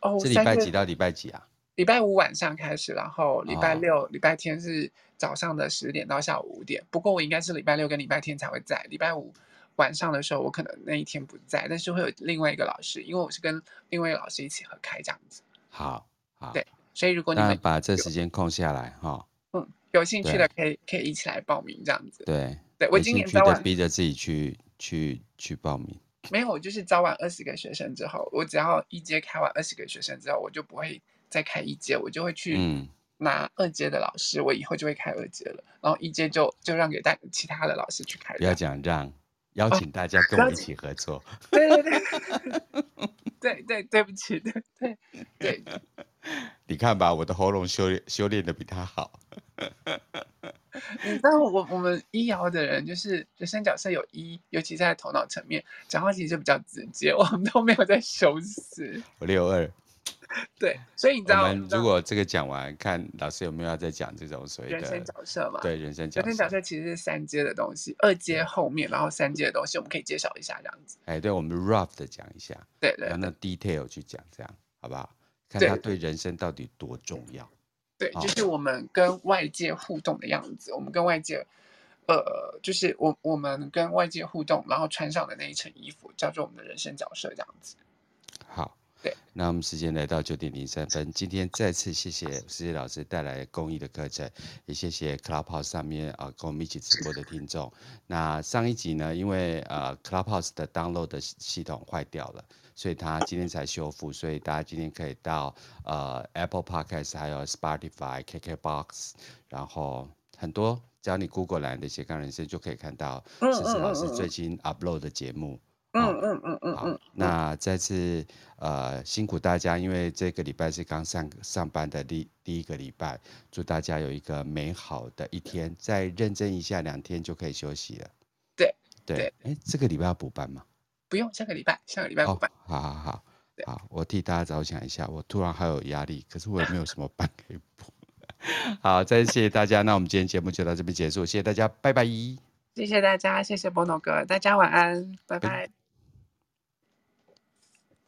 Speaker 2: 哦，
Speaker 1: 是礼
Speaker 2: 三
Speaker 1: 拜
Speaker 2: 月
Speaker 1: 几到礼拜几啊？
Speaker 2: 礼拜五晚上开始，然后礼拜
Speaker 1: 哦
Speaker 2: 六、礼拜天是早上的十点到下午五点。不过我应该是礼拜六跟礼拜天才会在，礼拜五晚上的时候我可能那一天不在，但是会有另外一个老师，因为我是跟另外一个老师一起合开这样子。
Speaker 1: 好，好，
Speaker 2: 对所以如果你
Speaker 1: 那
Speaker 2: 们
Speaker 1: 把这时间空下来哈。
Speaker 2: 嗯有兴趣的，可以可以一起来报名这样子。
Speaker 1: 对，
Speaker 2: 对我
Speaker 1: 有
Speaker 2: 今
Speaker 1: 兴
Speaker 2: 年
Speaker 1: 趣
Speaker 2: 早
Speaker 1: 的
Speaker 2: 晚
Speaker 1: 逼着自己去去去报名。
Speaker 2: 没有，我就是招完二十个学生之后，我只要一阶开完二十个学生之后，我就不会再开一阶，我就会去
Speaker 1: 嗯，
Speaker 2: 拿二阶的老师，我以后就会开二阶了，然后一阶就就让给大其他的老师去开
Speaker 1: 不要
Speaker 2: 了。
Speaker 1: 讲让，邀
Speaker 2: 哦
Speaker 1: 请大家跟
Speaker 2: 邀
Speaker 1: 我一
Speaker 2: 请
Speaker 1: 起合作。
Speaker 2: 对对对，对 对对不起，对对对，
Speaker 1: 你看吧，我的喉咙修炼修炼的比他好。
Speaker 2: 你知道我我们医疗的人就是人生角色有医，尤其在头脑层面讲话其实就比较直接，我们都没有在修饰。
Speaker 1: 我六二，
Speaker 2: 对，所以你知
Speaker 1: 我
Speaker 2: 道
Speaker 1: 们
Speaker 2: 你知
Speaker 1: 如
Speaker 2: 道
Speaker 1: 果这个讲完，看老师有没有要再讲这种所谓
Speaker 2: 人生
Speaker 1: 的
Speaker 2: 角色嘛，
Speaker 1: 对人生角
Speaker 2: 人生角
Speaker 1: 色。
Speaker 2: 色其实是三阶的东西，二阶后面，然后三阶的东西我们可以介绍一下这样子。
Speaker 1: 哎，对，我们 rough 的讲一下，
Speaker 2: 对对
Speaker 1: 然后
Speaker 2: 对
Speaker 1: 啊那 detail 去讲，这样好不好？看
Speaker 2: 对
Speaker 1: 他对人生到底多重要。
Speaker 2: 对，
Speaker 1: 好
Speaker 2: 就是我们跟外界互动的样子，我们跟外界，呃，就是我我们跟外界互动，然后穿上的那一层衣服叫做我们的人生角色这样子。
Speaker 1: 好，
Speaker 2: 对，
Speaker 1: 那我们时间来到九点零三分，今天再次谢谢思杰老师带来公益的课程，也谢谢 Clubhouse 上面啊、跟我们一起直播的听众。那上一集呢，因为呃 Clubhouse 的 download 的系系统坏掉了，所以它今天才修复，所以大家今天可以到呃 Apple Podcast 还有 Spotify、KKBox，然后很多。只要你 Google 来的斜杠人生，就可以看到
Speaker 2: 嗯
Speaker 1: 思思老师
Speaker 2: 嗯嗯嗯
Speaker 1: 最新 upload 的节目。
Speaker 2: 嗯
Speaker 1: 好
Speaker 2: 嗯嗯嗯
Speaker 1: 好
Speaker 2: 嗯，，
Speaker 1: 那再次呃辛苦大家，因为这个礼拜是刚上上班的第第一个礼拜，祝大家有一个美好的一天，再认真一下，两天就可以休息了。
Speaker 2: 对
Speaker 1: 对
Speaker 2: 对，
Speaker 1: 哎，这个礼拜要补班吗？
Speaker 2: 不用，下个礼拜，下个礼拜
Speaker 1: 哦
Speaker 2: 不办。，
Speaker 1: 好好好
Speaker 2: 对
Speaker 1: 好，我替大家着想一下，我突然好有压力，可是我也没有什么班可以补。 好，再次谢谢大家，那我们今天节目就到这边结束，谢谢大家，拜拜。
Speaker 2: 谢谢大家，谢谢波诺哥，大家晚安，拜拜。